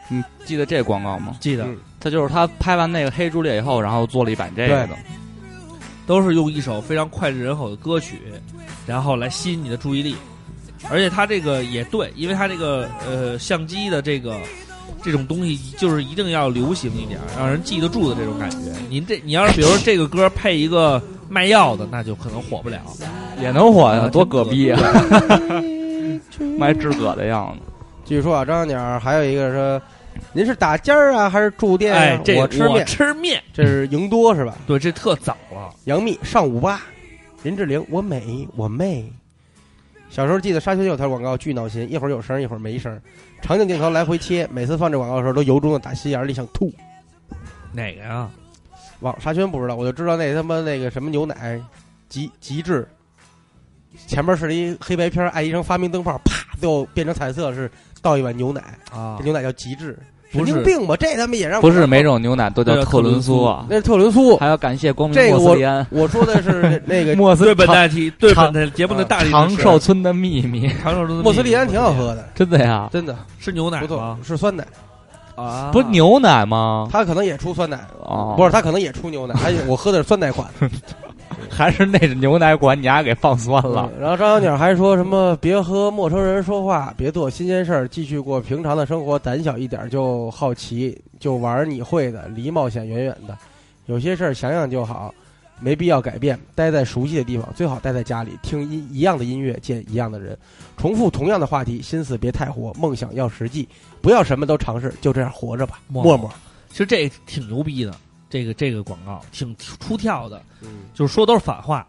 Speaker 5: 你记得这广告吗？
Speaker 3: 记得
Speaker 4: 嗯
Speaker 5: 他就是他拍完那个黑猪列以后，然后做了一版这个的。
Speaker 3: 都是用一首非常脍炙人口的歌曲，然后来吸引你的注意力。而且它这个也对，因为它这个呃相机的这个这种东西，就是一定要流行一点，让人记得住的这种感觉。您这你要是比如说这个歌配一个卖药的，那就可能火不了。
Speaker 5: 也能火
Speaker 3: 啊
Speaker 5: 呀，多葛逼呀！ (laughs) 卖治葛的样子，
Speaker 4: 据说啊，张小鸟还有一个说，您是打尖儿啊，还是住店、啊？
Speaker 3: 哎，这
Speaker 4: 我吃
Speaker 3: 我
Speaker 4: 面，
Speaker 3: 吃面，
Speaker 4: 这是赢多是吧？
Speaker 3: 对，这特早了。
Speaker 4: 杨幂上五八，林志玲我美我妹。小时候记得沙宣有条广告巨闹心，一会儿有声儿一会儿没声儿，长景镜头来回切，每次放这广告的时候都由衷的打心眼儿里想吐。
Speaker 3: 哪个呀？
Speaker 4: 网沙宣不知道，我就知道那他妈那个什么牛奶极极致，前面是一黑白片儿，爱医生发明灯泡，啪，最后变成彩色是倒一碗牛奶，
Speaker 3: 啊
Speaker 4: 这，牛奶叫极致，
Speaker 3: 不是
Speaker 4: 神经病吧？这他妈也让
Speaker 5: 不是每种牛奶都
Speaker 3: 对
Speaker 5: 叫
Speaker 3: 啊
Speaker 5: 特伦苏啊。
Speaker 4: 那是特仑苏，
Speaker 5: 还要感谢光明
Speaker 4: 这个
Speaker 5: 莫斯利安，
Speaker 4: 我说的是
Speaker 3: (laughs)
Speaker 4: 那个
Speaker 5: 莫
Speaker 3: 对本
Speaker 5: 长
Speaker 3: 大题，对
Speaker 5: 长
Speaker 3: 本的节目的大力支持啊
Speaker 5: 长寿村的秘密， (laughs)
Speaker 3: 长寿中的
Speaker 4: 莫斯利安
Speaker 3: 秘密
Speaker 4: 挺好，喝的，
Speaker 5: 真的呀？
Speaker 4: 真的
Speaker 3: 是牛奶
Speaker 4: 不错
Speaker 3: 吗，？
Speaker 4: 是酸奶，
Speaker 3: 啊
Speaker 5: 不是牛奶吗？
Speaker 4: 他可能也出酸奶，
Speaker 5: 哦，
Speaker 4: 不是他可能也出牛奶，他也我喝的是酸奶款。
Speaker 5: 还是那牛奶管你丫给放酸了。
Speaker 4: 嗯然后张小鸟还说什么别和陌生人说话，别做新鲜事儿，继续过平常的生活，胆小一点就好奇，就玩你会的，离冒险远远的。有些事儿想想就好，没必要改变。待在熟悉的地方，最好待在家里，听一一样的音乐，见一样的人，重复同样的话题，心思别太活，梦想要实际，不要什么都尝试，就这样活着吧。
Speaker 3: 默
Speaker 4: 默默，
Speaker 3: 其实这挺牛逼的，这个这个广告挺出跳的，
Speaker 4: 嗯，
Speaker 3: 就是说都是反话，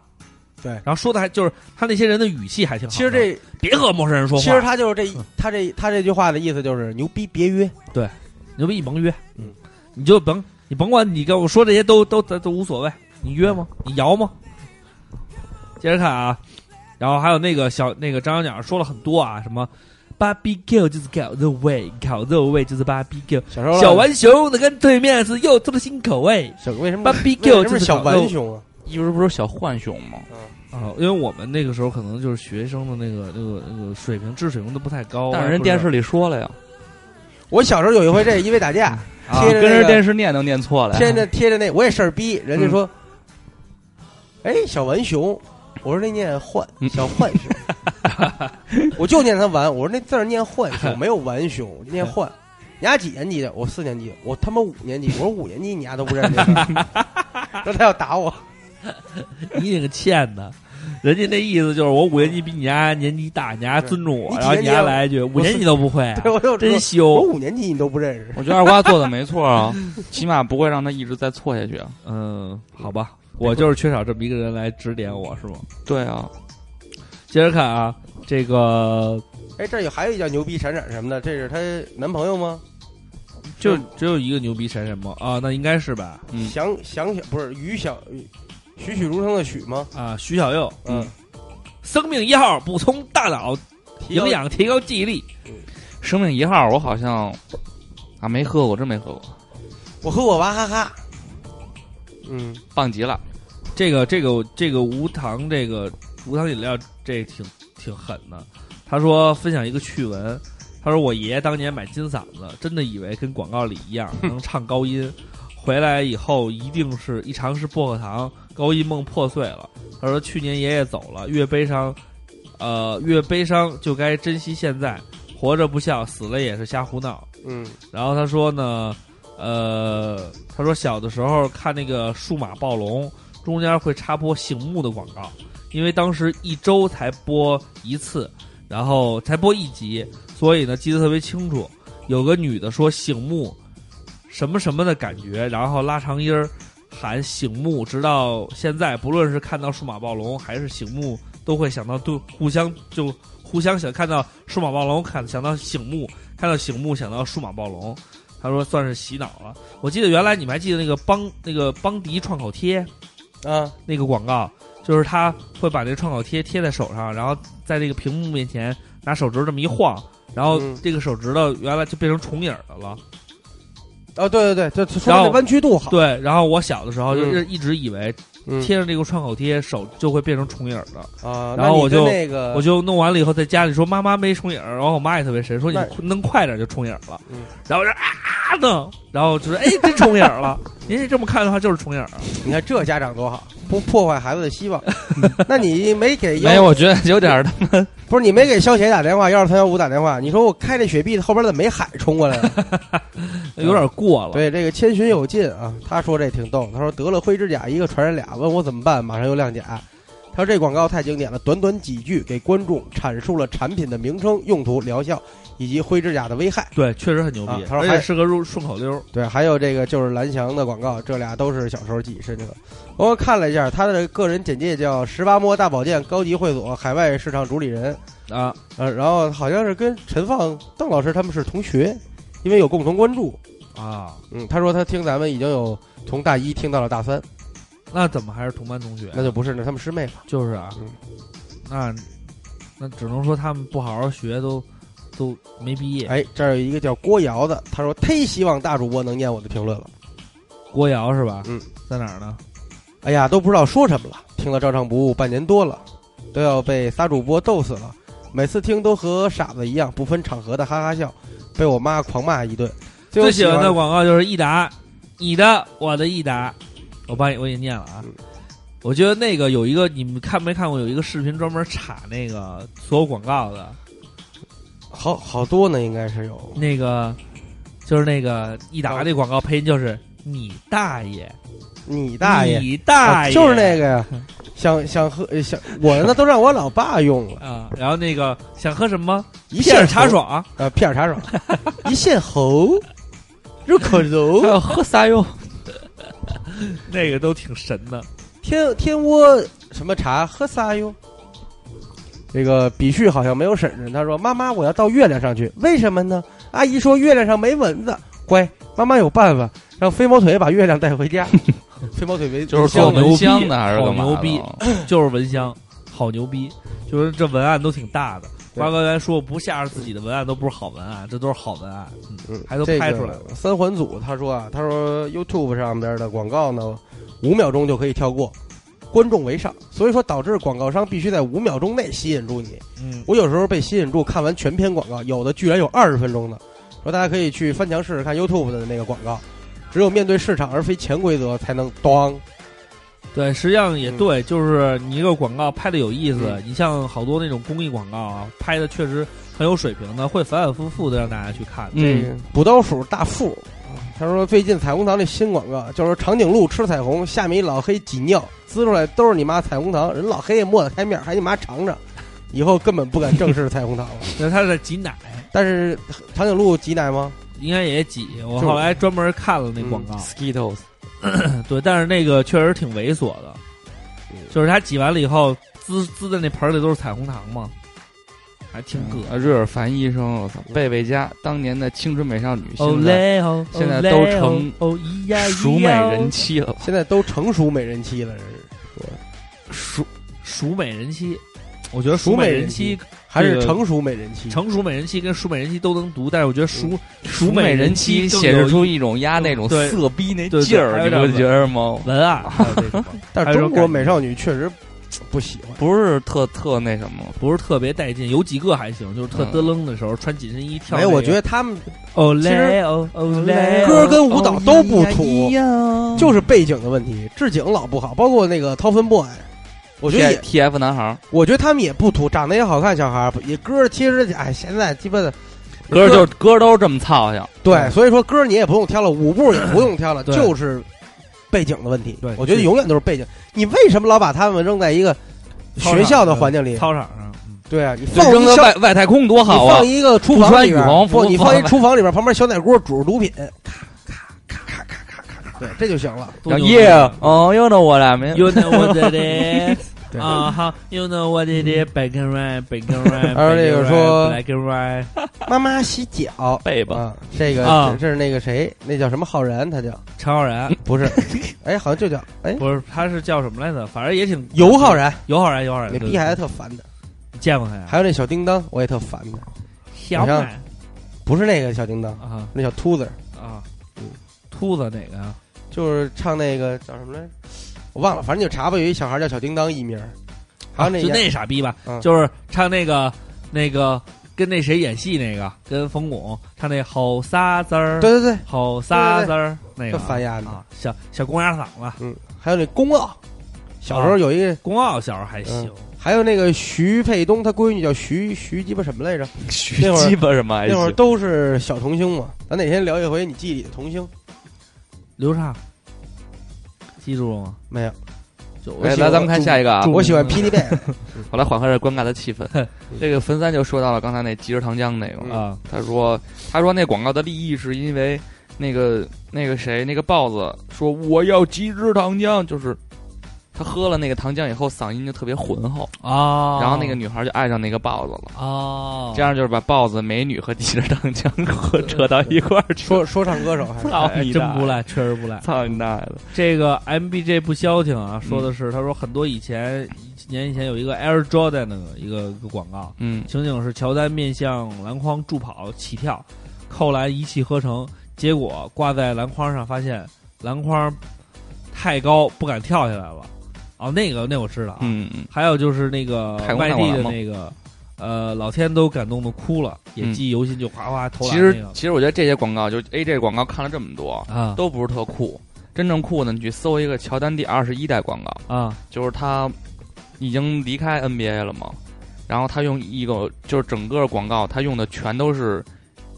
Speaker 4: 对
Speaker 3: 然后说的还就是他那些人的语气还挺好的。
Speaker 4: 其实这
Speaker 3: 别和陌生人说话，
Speaker 4: 其实他就是这他这他这句话的意思就是牛逼别约，
Speaker 3: 牛逼，你甭约，
Speaker 4: 嗯，
Speaker 3: 你就甭你甭管你跟我说这些都都都都无所谓，你约吗？你摇吗？接着看啊，然后还有那个小那个张小鸟说了很多啊，什么 barbecue 就是搞肉味，搞肉味就是 barbecue，
Speaker 4: 小时候
Speaker 3: 小浣熊的跟对面是又做的新口味。
Speaker 4: 小为什么
Speaker 3: Barbecue
Speaker 4: 嗯为什么
Speaker 3: 就是是
Speaker 4: 小
Speaker 3: 烤肉
Speaker 4: 浣熊啊？
Speaker 5: (laughs) 一直不是小浣熊吗？
Speaker 3: 啊，因为我们那个时候可能就是学生的那个那个那个水平，知识水平都不太高，啊
Speaker 5: 但是
Speaker 3: 还
Speaker 5: 人
Speaker 3: 不
Speaker 5: 电视
Speaker 3: (laughs)
Speaker 5: 里说了呀，
Speaker 4: 我小时候有一回这因为打架，
Speaker 3: 啊
Speaker 4: 贴着
Speaker 5: 跟
Speaker 4: 那
Speaker 5: 人
Speaker 4: 个
Speaker 5: 电视念都念错
Speaker 3: 嗯
Speaker 5: 了呀。
Speaker 4: 贴着贴着那我也事儿逼，人家说，
Speaker 3: 嗯
Speaker 4: 哎小浣熊，我说那念浣
Speaker 5: 嗯
Speaker 4: 小浣熊，
Speaker 3: (laughs)
Speaker 4: 我就念他浣，我说那字儿念浣熊，没有浣熊，念浣。你丫几年级的？我四年级，我他妈五年级，我说五年级你丫都不认
Speaker 3: (laughs)
Speaker 4: 识这事儿，那他要打我，
Speaker 3: 你这个欠的。人家那意思就是我五年级比你丫年级大，你丫尊重我，
Speaker 4: 对
Speaker 3: 然后
Speaker 4: 你
Speaker 3: 你
Speaker 4: 几年级啊
Speaker 3: 丫来一句五年级都不会、啊
Speaker 4: (laughs) 对，我就
Speaker 3: 真
Speaker 4: 说我
Speaker 3: 羞。
Speaker 4: 五年级你都不认识，
Speaker 5: (laughs) 我觉得二瓜做的没错啊， (laughs) 起码不会让他一直再错下去。啊
Speaker 3: 嗯，好吧，我就是缺少这么一个人来指点我是吗？
Speaker 5: 对啊，
Speaker 3: 接着看啊，这个
Speaker 4: 哎，这有还有一叫牛逼闪闪什么的，这是她男朋友吗？
Speaker 3: 就
Speaker 4: 嗯
Speaker 3: 只有一个牛逼闪闪猫啊，那应该是吧？
Speaker 5: 嗯
Speaker 4: 想想想不是于小栩栩如生的栩吗？
Speaker 3: 啊，徐小佑，
Speaker 4: 嗯，
Speaker 3: 生命一号补充大脑营养，提高记忆力。
Speaker 5: 生命一号我好像啊没喝过，真没喝过，
Speaker 4: 我和我娃哈哈。嗯，
Speaker 5: 棒极了。
Speaker 3: 这个这个这个无糖这个无糖饮料这挺挺狠的。他说分享一个趣闻，他说我爷爷当年买金嗓子，真的以为跟广告里一 (laughs) 样能唱高音，回来以后一定是一尝试薄荷糖，高音梦破碎了。他说去年爷爷走了，越悲伤，呃，越悲伤就该珍惜现在，活着不笑，死了也是瞎胡闹。
Speaker 4: 嗯，
Speaker 3: 然后他说呢，呃，他说小的时候看那个数码暴龙，中间会插播醒目的广告，因为当时一周才播一次，然后才播一集，所以呢记得特别清楚。有个女的说醒目什么什么的感觉，然后拉长音儿，喊醒目，直到现在，不论是看到数码暴龙还是醒目，都会想到对互相就互相想看到数码暴龙，看想到醒目，看到醒目想到数码暴龙。他说算是洗脑了。我记得原来你们还记得那个邦那个邦迪创口贴
Speaker 4: 啊，
Speaker 3: 那个广告，就是他会把那个创口贴贴在手上，然后在那个屏幕面前拿手指这么一晃，然后
Speaker 4: 嗯
Speaker 3: 这个手指头原来就变成重影儿的了。
Speaker 4: 哦，对对对，就说
Speaker 3: 然
Speaker 4: 那
Speaker 3: 后
Speaker 4: 弯曲度好，
Speaker 3: 对，然后我小的时候就
Speaker 4: 嗯
Speaker 3: 是一直以为
Speaker 4: 嗯
Speaker 3: 贴上这个创口贴，手就会变成重影儿的。
Speaker 4: 啊，
Speaker 3: 然后
Speaker 4: 那你
Speaker 3: 我
Speaker 4: 跟
Speaker 3: 就
Speaker 4: 那个
Speaker 3: 我就弄完了以后，在家里说妈妈没重影儿，然后我妈也特别神，说你
Speaker 4: 那
Speaker 3: 弄快点就重影儿了
Speaker 4: 嗯。
Speaker 3: 然后我就啊弄，然后就说哎真重影儿
Speaker 4: (laughs)
Speaker 3: 了。您这么看的话就是重影儿。啊
Speaker 4: 你看这家长多好，不破坏孩子的希望。那你没给幺
Speaker 5: 没有，我觉得有点儿的。
Speaker 4: 不是你没给肖协打电话，幺二三幺五打电话，你说我开这雪碧后边怎么没海冲过来啊呢？
Speaker 3: 有点过了。
Speaker 4: 对，这个谦询有进啊，他说这挺逗，他说得了灰指甲一个传染俩，问我怎么办，马上又亮假。他说这广告太经典了，短短几句给观众阐述了产品的名称、用途、疗效以及灰指甲的危害。
Speaker 3: 对，确实很牛
Speaker 4: 啊
Speaker 3: 逼，
Speaker 4: 他说
Speaker 3: 而
Speaker 4: 还
Speaker 3: 且是个入顺口溜儿。
Speaker 4: 对，还有这个就是蓝翔的广告，这俩都是小时候记忆深刻。我看了一下他的个人简介，叫十八摸大保健高级会所海外市场主理人，
Speaker 3: 啊，
Speaker 4: 呃，然后好像是跟陈放、邓老师他们是同学，因为有共同关注。
Speaker 3: 啊，
Speaker 4: 嗯，他说他听咱们已经有从大一听到了大三，
Speaker 3: 那怎么还是同班同学？
Speaker 4: 那就不是那他们师妹吧？
Speaker 3: 就是啊
Speaker 4: 嗯，
Speaker 3: 那那只能说他们不好好学，都都没毕业。
Speaker 4: 哎，这儿有一个叫郭瑶的，他说忒希望大主播能念我的评论了。
Speaker 3: 郭瑶是吧？
Speaker 4: 嗯，
Speaker 3: 在哪儿呢？
Speaker 4: 哎呀，都不知道说什么了，听了照常不误半年多了，都要被仨主播逗死了。每次听都和傻子一样，不分场合的哈哈笑，被我妈狂骂一顿。最后
Speaker 3: 最喜欢的广告就是益达，你的我的益达，我帮你我给你念了啊
Speaker 4: 嗯。
Speaker 3: 我觉得那个有一个你们看没看过有一个视频专门插那个所有广告的，
Speaker 4: 好好多呢，应该是有。
Speaker 3: 那个就是那个益达那广告配音就是你大爷，
Speaker 4: 你大爷，
Speaker 3: 你大
Speaker 4: 啊
Speaker 3: 爷，嗯
Speaker 4: 就是那个呀，想想喝呃想我那都让我老爸用了，
Speaker 3: 啊。然后那个想喝什么？
Speaker 4: 一
Speaker 3: 片
Speaker 4: 线
Speaker 3: 儿茶
Speaker 4: 猴
Speaker 3: 爽，
Speaker 4: 啊，片儿茶爽，
Speaker 3: (laughs)
Speaker 4: 一线猴，入口柔
Speaker 5: 还，有喝
Speaker 4: (laughs)
Speaker 5: 啥哟？
Speaker 3: 那个都挺神的。
Speaker 4: 天天窝什么茶喝啥哟？这个比旭好像没有婶婶，他说：“妈妈，我要到月亮上去，为什么呢？”阿姨说：“月亮上没蚊子。”乖，妈妈有办法，让飞毛腿把月亮带回
Speaker 5: (laughs)
Speaker 4: 家。飞毛腿为
Speaker 5: 就是
Speaker 4: 香
Speaker 5: 做
Speaker 4: 的
Speaker 5: 蚊香的还是
Speaker 3: 好
Speaker 5: 干嘛的？哦
Speaker 3: 牛逼就是蚊香，好牛逼！就是这文案都挺大的。
Speaker 4: 对
Speaker 3: 瓜哥原来说不下着自己的文案都不是好文案，这都是好文案。嗯，
Speaker 4: 嗯
Speaker 3: 还都
Speaker 4: 这
Speaker 3: 拍
Speaker 4: 个
Speaker 3: 出来了
Speaker 4: 三环组他说啊，他说 YouTube 上边啊的广告呢，五秒钟就可以跳过，观众为上，所以说导致广告商必须在五秒钟内吸引住你。
Speaker 3: 嗯
Speaker 4: 我有时候被吸引住，看完全篇广告，有的居然有二十分钟的。说大家可以去翻墙试试看 YouTube 的那个广告，只有面对市场而非潜规则，才能当。
Speaker 3: 对，实际上也
Speaker 4: 嗯
Speaker 3: 对，就是你一个广告拍的有意思，
Speaker 4: 嗯
Speaker 3: 你像好多那种公益广告啊，拍的确实很有水平的，会反反复复的让大家去看。
Speaker 4: 这
Speaker 5: 嗯
Speaker 4: 个，补刀鼠大富，他说最近彩虹糖这新广告就是长颈鹿吃彩虹，下面一老黑挤尿，滋出来都是你妈彩虹糖，人老黑也抹得开面，还你妈尝尝，以后根本不敢正视彩虹糖
Speaker 3: (laughs)
Speaker 4: 了。
Speaker 3: 那他在挤奶，
Speaker 4: 但是长颈鹿挤奶吗？
Speaker 3: 应该也挤。我
Speaker 4: 就是
Speaker 3: 后来专门看了那广告，
Speaker 5: Skittles
Speaker 3: (clears throat) 对，但是那个确实挺猥琐的，就是他挤完了以后，滋滋的那盆儿里都是彩虹糖嘛，还挺恶
Speaker 5: 啊，瑞尔凡医生，我操，贝贝佳当年的青春美少女，
Speaker 3: 哦
Speaker 5: 现在
Speaker 3: 嘞哦，
Speaker 5: 现在都成
Speaker 3: 哦咿呀
Speaker 5: (laughs)
Speaker 3: 咿呀
Speaker 5: 熟美人妻了，
Speaker 4: 现在都成熟美人期了，这是
Speaker 3: 熟熟美人妻。我觉得
Speaker 4: 熟
Speaker 3: 美
Speaker 4: 美
Speaker 3: 人
Speaker 4: 人
Speaker 3: 妻
Speaker 4: 妻、还
Speaker 3: 这
Speaker 4: 是
Speaker 3: 个
Speaker 4: 成熟美人期？
Speaker 3: 成熟美人妻跟熟美人妻都能读，但是我觉得熟熟
Speaker 5: 熟美人
Speaker 3: 人
Speaker 5: 妻
Speaker 3: 更
Speaker 5: 显
Speaker 3: 有
Speaker 5: 示出
Speaker 3: 意
Speaker 5: 一种压那种
Speaker 3: 对
Speaker 5: 色逼那
Speaker 3: 对对
Speaker 5: 劲
Speaker 3: 还
Speaker 5: 儿，
Speaker 3: 有
Speaker 5: 你
Speaker 3: 点
Speaker 5: 不觉得吗？
Speaker 3: 文案，还有这种
Speaker 4: 但
Speaker 3: 还
Speaker 4: 是
Speaker 3: 有
Speaker 4: 中
Speaker 3: 种
Speaker 4: 国
Speaker 3: 感
Speaker 4: 美
Speaker 3: 觉
Speaker 4: 少女确实不喜欢。
Speaker 5: 不是特特那什么，
Speaker 3: (laughs) 不是特别带劲，有几个还行，就是特
Speaker 5: 嗯
Speaker 3: 嘚楞的时候穿紧身衣跳那
Speaker 4: 没
Speaker 3: 个。
Speaker 4: 有，我觉得他们
Speaker 3: 哦嘞
Speaker 4: 其实嗯
Speaker 3: 哦哦嘞，
Speaker 4: 歌
Speaker 3: 哦哎
Speaker 4: 跟舞蹈都不土，就是是背景的问题，置景老不好，包括那个掏粪 boy，我觉得也
Speaker 5: T F 男孩儿，
Speaker 4: 我觉得他们也不土，长得也好看，小孩儿也歌儿其实哎，现在基本的
Speaker 5: 歌儿就歌儿都是这么操性，
Speaker 4: 对，所以说歌儿你也不用挑了，舞步也不用挑了，
Speaker 3: 对
Speaker 4: 就是背景的问题。
Speaker 3: 对
Speaker 4: 我觉得
Speaker 3: 是
Speaker 4: 永远都是背景。你为什么老把他们扔在一个
Speaker 3: 操场
Speaker 4: 学校的环境里？
Speaker 3: 操场上，嗯
Speaker 4: 对啊，你
Speaker 5: 就
Speaker 4: 放
Speaker 5: 扔
Speaker 4: 一
Speaker 5: 到
Speaker 4: 小，
Speaker 5: 外外太空多
Speaker 4: 你
Speaker 5: 好啊
Speaker 4: 放！一个厨房里边
Speaker 5: 不穿羽
Speaker 4: 儿，
Speaker 5: 绒
Speaker 4: 不，
Speaker 5: 服
Speaker 4: 你放一
Speaker 5: 放
Speaker 4: 厨房里边儿，旁边小奶锅煮着毒品，咔咔咔咔咔咔咔咔，对，这就行了。
Speaker 3: 多牛逼
Speaker 5: Yeah, oh, you know what I mean.
Speaker 3: You know what it is
Speaker 4: 对，
Speaker 3: 啊，好，You know what it is, black and white, black and white。
Speaker 4: 还有这个说
Speaker 3: black and white，
Speaker 4: 妈妈洗脚
Speaker 5: 背吧，
Speaker 4: 啊，这个
Speaker 3: 啊
Speaker 4: 这是那个谁，那叫什么浩然，他叫
Speaker 3: 陈浩然
Speaker 4: 不是，哎，好像就叫哎
Speaker 3: (laughs) 不是，他是叫什么来着？反正也
Speaker 4: (laughs)
Speaker 3: 挺
Speaker 4: 尤浩，然，
Speaker 3: 尤浩然，尤浩然，
Speaker 4: 那
Speaker 3: 对
Speaker 4: 逼孩子特烦的。
Speaker 3: 你见过他呀？
Speaker 4: 哎还有那小叮当，我也特烦的，
Speaker 3: 小满
Speaker 4: 不是那个小叮当，
Speaker 3: 啊
Speaker 4: 那小秃子，
Speaker 3: 啊，秃子哪个啊？
Speaker 4: 就是唱那个叫什么来着，我忘了，反正就查吧。有一小孩叫小叮当，艺名儿，还啊有那
Speaker 3: 就
Speaker 4: 演
Speaker 3: 啊那傻逼吧，
Speaker 4: 嗯
Speaker 3: 就是唱那个那个跟那谁演戏那个，跟冯巩唱那好仨字儿，
Speaker 4: 对对对，
Speaker 3: 好仨字儿那个
Speaker 4: 这翻鸭子
Speaker 3: 啊，小小公鸭嗓子，
Speaker 4: 嗯，还有那宫傲，小时候有一个，
Speaker 3: 公傲小时候还行，
Speaker 4: 还有那个徐沛东，他闺女叫徐徐鸡巴什么来着？
Speaker 5: 徐
Speaker 4: 那会儿
Speaker 5: 鸡巴什么还
Speaker 4: 那会儿
Speaker 5: 行？
Speaker 4: 都是小童星嘛，咱哪天聊一回你记忆里的童星
Speaker 3: 刘畅记住了吗？
Speaker 4: 没有？嗯
Speaker 3: 就
Speaker 5: 来，哎来咱们看下一个啊！
Speaker 4: 我喜欢霹雳贝尔， (laughs)
Speaker 5: 我来缓和这尴尬的
Speaker 3: (laughs)
Speaker 5: 气氛。这个冯三就说到了刚才那即食糖浆那个，
Speaker 4: 嗯
Speaker 3: 啊，
Speaker 5: 他说他说那广告的立意是因为那个那个谁那个豹子说我要即食糖浆，就是他喝了那个糖浆以后嗓音就特别浑厚，
Speaker 3: 哦，
Speaker 5: 然后那个女孩就爱上那个豹子了。
Speaker 3: 哦，嗯
Speaker 5: 这样就是把豹子、美女和即食糖浆 (laughs) 合扯到一块儿去。
Speaker 4: 说说唱歌手还是
Speaker 5: 操
Speaker 3: 哎
Speaker 5: 你
Speaker 3: 真
Speaker 5: 大
Speaker 3: 不
Speaker 5: 爷！
Speaker 3: 赖，确实不赖。
Speaker 5: 操你大爷的！
Speaker 3: 这个 MBJ 不消停啊，
Speaker 5: 嗯
Speaker 3: 说的是他说很多以前几年以前有一个 Air Jordan 的一个一个广告，
Speaker 5: 嗯，
Speaker 3: 情景是乔丹面向篮筐助跑起跳，扣篮一气呵成，结果挂在篮筐上发现篮筐太高不敢跳下来了。哦，那个那我知道啊。
Speaker 5: 嗯嗯，
Speaker 3: 还有就是那个
Speaker 5: 太空
Speaker 3: 外地
Speaker 5: 大灌
Speaker 3: 的
Speaker 5: 篮吗
Speaker 3: 那个，呃，老天都感动的哭了，也
Speaker 5: 嗯
Speaker 3: 记忆犹新，就哗哗投
Speaker 5: 其
Speaker 3: 篮那
Speaker 5: 实
Speaker 3: 个
Speaker 5: 其实我觉得这些广告，就是 AJ 广告看了这么多，
Speaker 3: 啊
Speaker 5: 都不是特酷。真正酷的，你去搜一个乔丹第二十一代广告，
Speaker 3: 啊
Speaker 5: 就是他已经离开 NBA 了嘛，然后他用一个就是整个广告，他用的全都是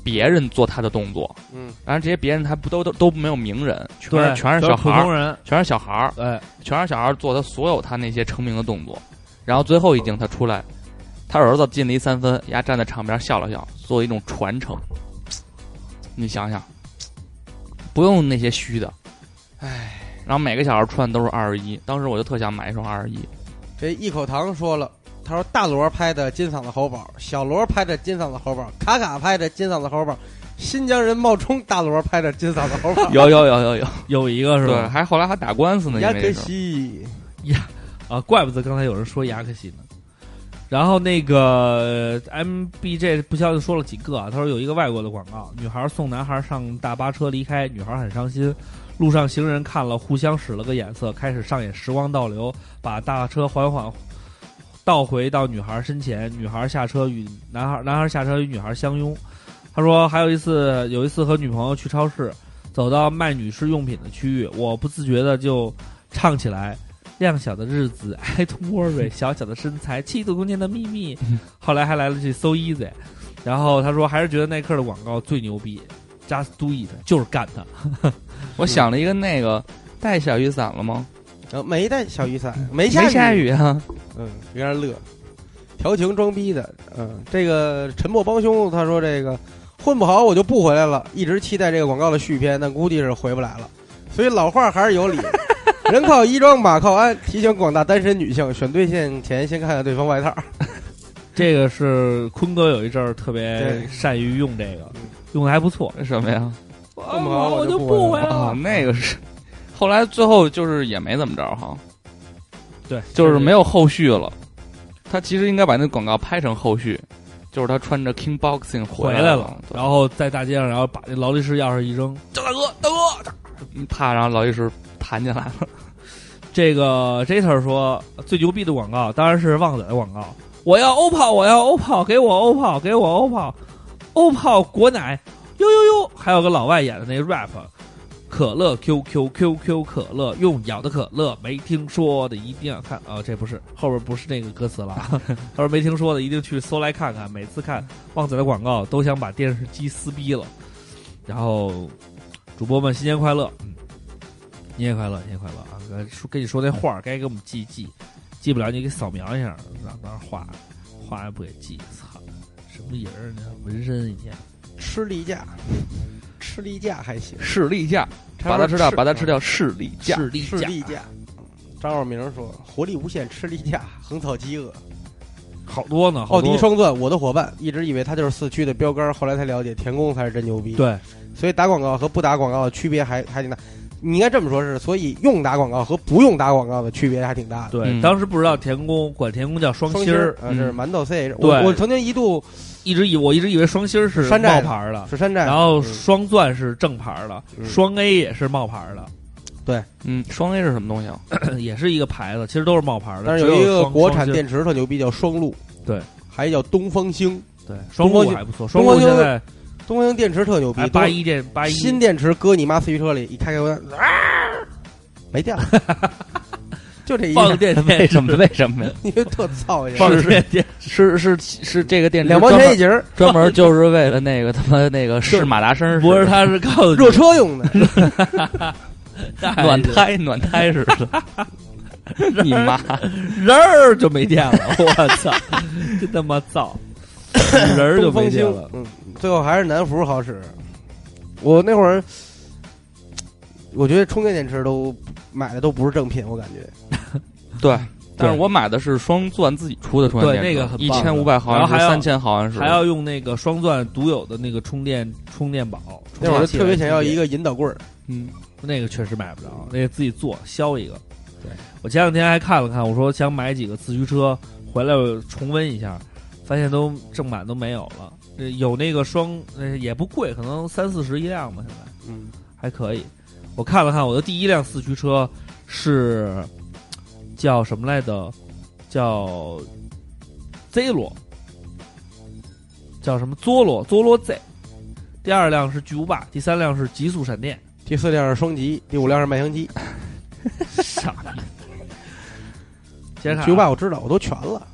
Speaker 5: 别人做他的动作，
Speaker 4: 嗯，
Speaker 5: 然后这些别人他不都都都没有名人，全
Speaker 3: 对，
Speaker 5: 是全是
Speaker 3: 都
Speaker 5: 小
Speaker 3: 普
Speaker 5: 孩儿，
Speaker 3: 通人，
Speaker 5: 全是小孩儿，
Speaker 3: 哎，
Speaker 5: 全是小孩儿做他所有他那些成名的动作，然后最后一镜他出来，他儿子进了一三分，丫站在场边笑了笑，做一种传承。你想想，不用那些虚的，唉。然后每个小孩穿的都是二十一，当时我就特想买一双二十一。
Speaker 4: 这一口糖说了。他说：“大罗拍的《金嗓子喉宝》，小罗拍的《金嗓子喉宝》，卡卡拍的《金嗓子喉宝》，新疆人冒充大罗拍的《金嗓子喉宝》。
Speaker 5: (laughs) 有有有有有，
Speaker 3: 有一个是
Speaker 5: 对，
Speaker 3: 吧？
Speaker 5: 还后来还打官司呢，因
Speaker 4: 亚
Speaker 5: 为
Speaker 4: 克
Speaker 5: 这事儿。
Speaker 4: 西，
Speaker 3: 啊，怪不得刚才有人说雅克西呢。然后那个呃 MBJ 不消息说了几个啊，他说有一个外国的广告，女孩送男孩上大巴车离开，女孩很伤心，路上行人看了互相使了个眼色，开始上演时光倒流，把大车缓缓倒回到女孩身前，女孩下车与男孩男孩下车与女孩相拥。他说还有一次有一次和女朋友去超市，走到卖女士用品的区域，我不自觉的就唱起来。量小的日子，I (laughs) don't worry，小小的身材，气度空间的秘密。
Speaker 4: 嗯
Speaker 3: 后来还来了句 so easy，然后他说还是觉得耐克的广告最牛逼，just do it，就是干它。
Speaker 5: 我想了一个那个带小雨伞了吗？
Speaker 4: 呃，没带小雨伞，没下
Speaker 5: 没下雨啊。
Speaker 4: 嗯，有点乐，调情装逼的，嗯，这个沉默帮凶他说这个混不好我就不回来了，一直期待这个广告的续篇，但估计是回不来了，所以老话还是有
Speaker 5: (laughs)
Speaker 4: 理，人靠衣装马靠鞍，提醒广大单身女性选对象前先看看对方外套，
Speaker 3: 这个是坤哥有一阵儿特别
Speaker 4: 对
Speaker 3: 善于用这个
Speaker 4: 嗯，
Speaker 3: 用的还不错。
Speaker 5: 什么呀？
Speaker 4: 不忙我就不
Speaker 3: 不
Speaker 4: 玩
Speaker 3: 玩
Speaker 5: 啊，
Speaker 3: 了。
Speaker 5: 那个是，后来最后就是也没怎么着哈，
Speaker 3: 对，
Speaker 5: 就是没有后续了。他其实应该把那广告拍成后续，就是他穿着 King Boxing
Speaker 3: 回
Speaker 5: 来
Speaker 3: 来了，
Speaker 5: 对
Speaker 3: 然后在大街上，然后把那劳力士钥匙一扔，
Speaker 5: 啪，然后劳力士弹进来了。
Speaker 3: 这个 Jeter 说最牛逼的广告当然是旺仔的广告，我要 OPPO，我要 OPPO，给我 OPPO，给我 OPPO，OPPO 果奶，呦呦呦，还有个老外演的那个 rap，可乐 QQ QQ 可乐，用咬的可乐，没听说的一定要看啊、这不是后边不是那个歌词了，他说没听说的一定去搜来看看，每次看旺仔的广告都想把电视机撕逼了，然后主播们新年快乐，嗯，你也快乐，你也快乐啊！呃说跟你说那话儿该给我们记一记，记不了你给扫描一下，让当时画画也不给记，操，什么人儿呢？纹身一天，
Speaker 4: 吃例假，吃例假还行，嗯
Speaker 5: 士力架，把它吃掉，把它吃掉，视力架。
Speaker 3: 士力
Speaker 4: 吃
Speaker 3: 架，
Speaker 4: 力架。张耀明说：“活力无限，吃力架，横扫饥饿。
Speaker 3: 好多呢，”好
Speaker 4: 奥
Speaker 3: 多
Speaker 4: 迪双钻，我的伙伴，一直以为他就是四驱的标杆，后来才了解田宫才是真牛逼。，
Speaker 3: 对，
Speaker 4: 所以打广告和不打广告的区别还还挺大。你应该这么说，是所以用打广告和不用打广告的区别还挺大的。
Speaker 3: 对，
Speaker 5: 嗯
Speaker 3: 当时不知道田宫管田宫叫双
Speaker 4: 双
Speaker 3: 星
Speaker 4: 儿
Speaker 3: 儿，，
Speaker 4: 呃，是
Speaker 5: 嗯
Speaker 4: 馒头 C，
Speaker 3: 对
Speaker 4: 我我曾经一度
Speaker 3: 一直以我一直以为双星儿是
Speaker 4: 山
Speaker 3: 冒
Speaker 4: 寨的
Speaker 3: 牌儿的，
Speaker 4: 是山寨，
Speaker 3: 然后
Speaker 4: 嗯
Speaker 3: 双钻是正牌儿的，
Speaker 4: 嗯
Speaker 3: 双 A 也是冒牌儿的， (clears throat)
Speaker 5: 嗯，双 A 是什么东西啊？
Speaker 3: 也是一个牌子，其实都是冒牌儿的。
Speaker 4: 但是
Speaker 3: 只有
Speaker 4: 有一个
Speaker 3: 双
Speaker 4: 国产
Speaker 3: 双星
Speaker 4: 电池特牛逼，叫双鹿，
Speaker 3: 对，
Speaker 4: 还有叫东风星，
Speaker 3: 对双
Speaker 4: 东
Speaker 3: 鹿
Speaker 4: 方
Speaker 3: 还不错，双
Speaker 4: 东
Speaker 3: 鹿
Speaker 4: 方
Speaker 3: 现
Speaker 4: 就
Speaker 3: 在
Speaker 4: 东风星电池特牛逼
Speaker 3: 哎，八一这八一
Speaker 4: 新电池搁你妈四驱车里，一开开关，啊，没电了， (laughs) 就这一
Speaker 3: 放
Speaker 4: 样，
Speaker 3: 电电
Speaker 5: 什么？为什么呀？
Speaker 4: (laughs) 因为特操心。
Speaker 3: 放电电
Speaker 5: 是是是这个电池
Speaker 4: 两毛
Speaker 5: 专
Speaker 4: 钱
Speaker 5: 门
Speaker 4: 一节儿，
Speaker 5: 专门就是为了那个他妈那个试马达声儿，
Speaker 3: 不是，它是靠
Speaker 4: 热车
Speaker 3: (laughs)
Speaker 4: 用的。
Speaker 5: (laughs) 暖胎暖胎似的。 (laughs) 你妈！
Speaker 3: (laughs) 人儿就没电了， (laughs) 我操，真他妈 (coughs) 造，人儿就
Speaker 4: 东
Speaker 3: 没电
Speaker 4: 风星
Speaker 3: 了，。
Speaker 4: 嗯，最后还是南孚好使。我那会儿，我觉得充电电池都买的都不是正品，我感觉。
Speaker 5: 对，但是我买的是双钻自己出的充
Speaker 3: 对
Speaker 5: 电电
Speaker 3: 那
Speaker 5: 池，
Speaker 3: 个很
Speaker 5: 一
Speaker 3: 棒的
Speaker 5: 千五百毫
Speaker 3: 然
Speaker 5: 安
Speaker 3: 后
Speaker 5: 时，
Speaker 3: 还要
Speaker 5: 三千毫安时，
Speaker 3: 还要用那个双钻独有的那个充电充电宝，
Speaker 4: 那会
Speaker 3: 充电
Speaker 4: 儿
Speaker 3: 器
Speaker 4: 特别想
Speaker 3: 来
Speaker 4: 要
Speaker 3: 充电
Speaker 4: 一个引导棍儿，
Speaker 5: 嗯，
Speaker 3: 那个确实买不着，那个自己做削一个。
Speaker 4: 对，
Speaker 3: 我前两天还看了看，我说想买几个自驱车回来我重温一下，发现都正版都没有了。呃有那个双，呃也不贵，可能三四十一辆吧，现在
Speaker 4: 嗯，
Speaker 3: 还可以。我看了看我的第一辆四驱车是叫什么来着？叫 Z 罗，叫什么佐罗佐罗 Z。第二辆是巨无霸，第三辆是极速闪电。
Speaker 4: (laughs) 第四辆是双极，第五辆是麦香鸡。
Speaker 3: 傻逼。接着看啊
Speaker 4: 巨无霸我知道，我都全了，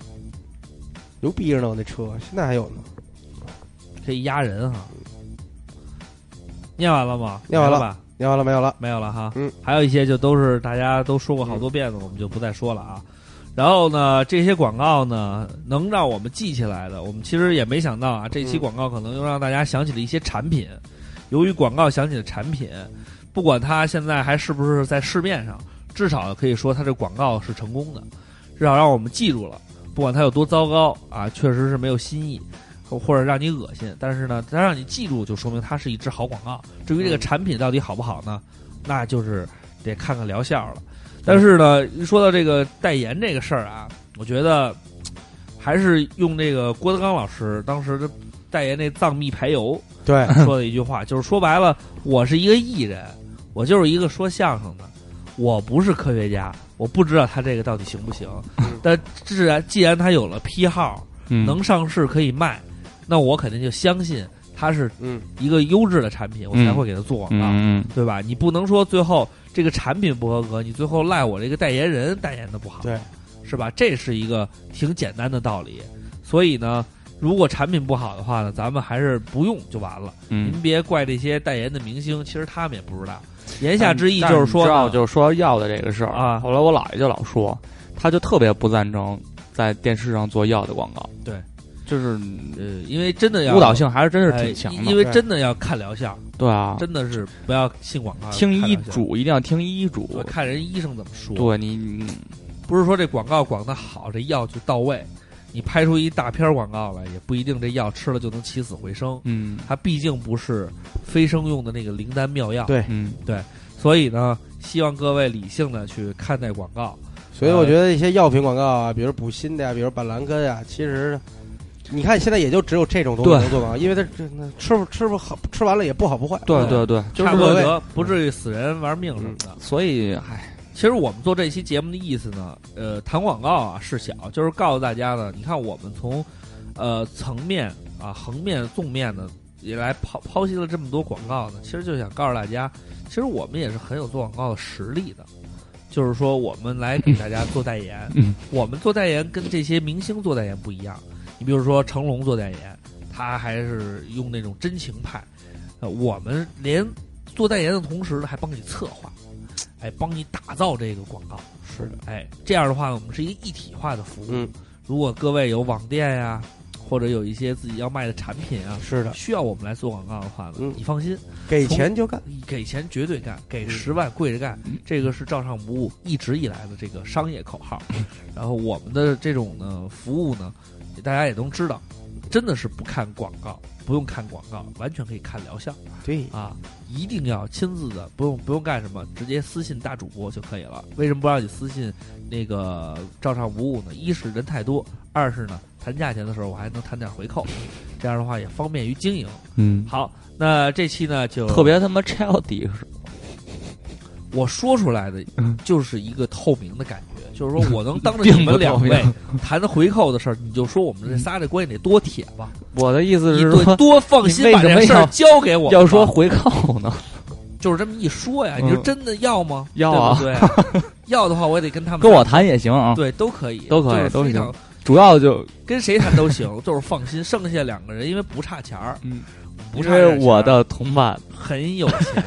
Speaker 4: 牛逼着呢，我那车现在还有呢。
Speaker 3: 可以压人哈。念完了吗？
Speaker 4: 念完了
Speaker 3: 没吧？
Speaker 4: 你好了没有了？
Speaker 3: 没有了哈。
Speaker 4: 嗯，
Speaker 3: 还有一些就都是大家都说过好多遍的，我们就不再说了啊。然后呢，这些广告呢，能让我们记起来的，我们其实也没想到啊，这期
Speaker 4: 嗯
Speaker 3: 广告可能又让大家想起了一些产品。由于广告想起的产品，不管它现在还是不是在市面上，至少可以说它这广告是成功的，至少让我们记住了。不管它有多糟糕啊，确实是没有新意，或或者让你恶心，但是呢，它让你记住，就说明它是一支好广告。至于这个产品到底好不好呢，那就是得看看疗效了。但是呢，一说到这个代言这个事儿啊，我觉得嘖还是用这个郭德纲老师当时的代言那藏秘排油，
Speaker 4: 对， (clears throat)
Speaker 3: 说的一句话，就是说白了，我是一个艺人，我就是一个说相声的，我不是科学家，我不知道他这个到底行不行
Speaker 4: 嗯。
Speaker 3: 但既然既然他有了批号，
Speaker 5: 能
Speaker 3: 能上市可以卖，那我肯定就相信它是
Speaker 4: 嗯，
Speaker 3: 一个优质的产品，我才
Speaker 5: 嗯
Speaker 3: 会给它做广告，
Speaker 5: 嗯
Speaker 3: 对吧？你不能说最后这个产品不合格，你最后赖我这个代言人代言的不好。
Speaker 4: 对，
Speaker 3: 是吧？这是一个挺简单的道理。所以呢，如果产品不好的话呢，咱们还是不用就完了。
Speaker 5: 嗯
Speaker 3: 您别怪这些代言的明星，其实他们也不知道。言下之意就是说啊
Speaker 5: 知道
Speaker 3: 呢，
Speaker 5: 就是说药的这个事儿
Speaker 3: 啊
Speaker 5: 后来我姥爷就老说，他就特别不赞成在电视上做药的广告。
Speaker 3: 对，
Speaker 5: 就是
Speaker 3: 呃，因为真的要
Speaker 5: 误导性还是真是
Speaker 3: 哎
Speaker 5: 挺强
Speaker 3: 因
Speaker 5: 的。
Speaker 3: 为
Speaker 4: 对
Speaker 3: 真的要看疗效，
Speaker 5: 对啊，
Speaker 3: 真的是不要信广告，
Speaker 5: 听
Speaker 3: 看
Speaker 5: 医
Speaker 3: 疗效，
Speaker 5: 嘱一定要听医嘱。
Speaker 3: 对看人医生怎么说。，
Speaker 5: 对你你
Speaker 3: 不是说这广告广的好，这药就到位。你拍出一大片广告来，也不一定这药吃了就能起死回生。
Speaker 5: 嗯
Speaker 3: 它毕竟不是飞升用的那个灵丹妙药。
Speaker 4: 对
Speaker 5: 嗯，
Speaker 3: 所以呢，希望各位理性的去看待广告。
Speaker 4: 所以我觉得一些药品广告啊，比如补锌的呀、比如板蓝根呀、其实你看现在也就只有这种东西
Speaker 5: 对
Speaker 4: 能做广告，因为它这那吃不吃不好，吃完了也不好不坏。
Speaker 5: 对对对，就
Speaker 3: 差
Speaker 5: 是嗯
Speaker 3: 不多
Speaker 4: 各位
Speaker 3: 得，不至于死人玩命什么的。
Speaker 5: 所以唉，
Speaker 3: 其实我们做这期节目的意思呢，呃，谈广告啊是小，就是告诉大家呢，你看我们从呃层面啊、横面、纵面呢，也来剖剖析了这么多广告呢，其实就想告诉大家，其实我们也是很有做广告的实力的。就是说，我们来给大家做代言，
Speaker 5: 嗯
Speaker 3: 我们做代言跟这些明星做代言不一样。你比如说成龙做代言，他还是用那种真情派，呃，我们连做代言的同时呢，还帮你策划，哎，帮你打造这个广告，
Speaker 4: 是的，
Speaker 3: 哎，这样的话呢，我们是一个一体化的服务。
Speaker 4: 嗯
Speaker 3: 如果各位有网店呀、或者有一些自己要卖的产品啊，
Speaker 4: 是的，
Speaker 3: 需要我们来做广告的话呢，
Speaker 4: 嗯
Speaker 3: 你放心，
Speaker 4: 给钱就干，
Speaker 3: 给钱绝对
Speaker 5: 嗯
Speaker 3: 干，给十万跪着干，这个是照常不误一直以来的这个商业口号。
Speaker 5: 嗯
Speaker 3: (laughs) 然后我们的这种呢服务呢，大家也都知道，真的是不看广告，不用看广告，完全可以看疗效
Speaker 4: 对，
Speaker 3: 啊！一定要亲自的，不用不用干什么，直接私信大主播就可以了。为什么不让你私信那个照常不误呢？一是人太多，二是呢谈价钱的时候我还能谈点回扣，这样的话也方便于经营。
Speaker 1: 嗯，
Speaker 3: 好，那这期呢就
Speaker 5: 特别他妈 childish，
Speaker 3: 我说出来的
Speaker 1: 嗯
Speaker 3: 就是一个透明的感觉，
Speaker 5: (laughs)
Speaker 3: 就是说我能当着你们两位 (laughs) 谈回扣的事儿，你就说我们这仨这关系得多铁
Speaker 5: (laughs)
Speaker 3: 吧，
Speaker 5: 我的意思
Speaker 3: 你
Speaker 5: 是
Speaker 3: 对
Speaker 5: 说
Speaker 3: 多放心
Speaker 5: 你
Speaker 3: 把
Speaker 5: 为什么
Speaker 3: 这事儿
Speaker 5: 要
Speaker 3: 交给我们吧。
Speaker 5: (laughs) 要说回扣 (laughs) 呢，
Speaker 3: 就是这么一说呀，你说真的要吗？
Speaker 5: 要啊
Speaker 3: 对不
Speaker 5: (laughs)
Speaker 3: 对？要的话我也得跟他们
Speaker 5: 跟我谈也行啊，
Speaker 3: 对都可以，
Speaker 5: 都可以
Speaker 3: 就是非常
Speaker 5: 都主要就
Speaker 3: 跟谁谈都行， (laughs) 就是放心。剩下两个人因为不差钱儿，
Speaker 5: 嗯，
Speaker 3: 不
Speaker 5: 因
Speaker 3: 差点
Speaker 5: 为我
Speaker 3: 钱儿
Speaker 5: 的同伴
Speaker 3: 很有钱，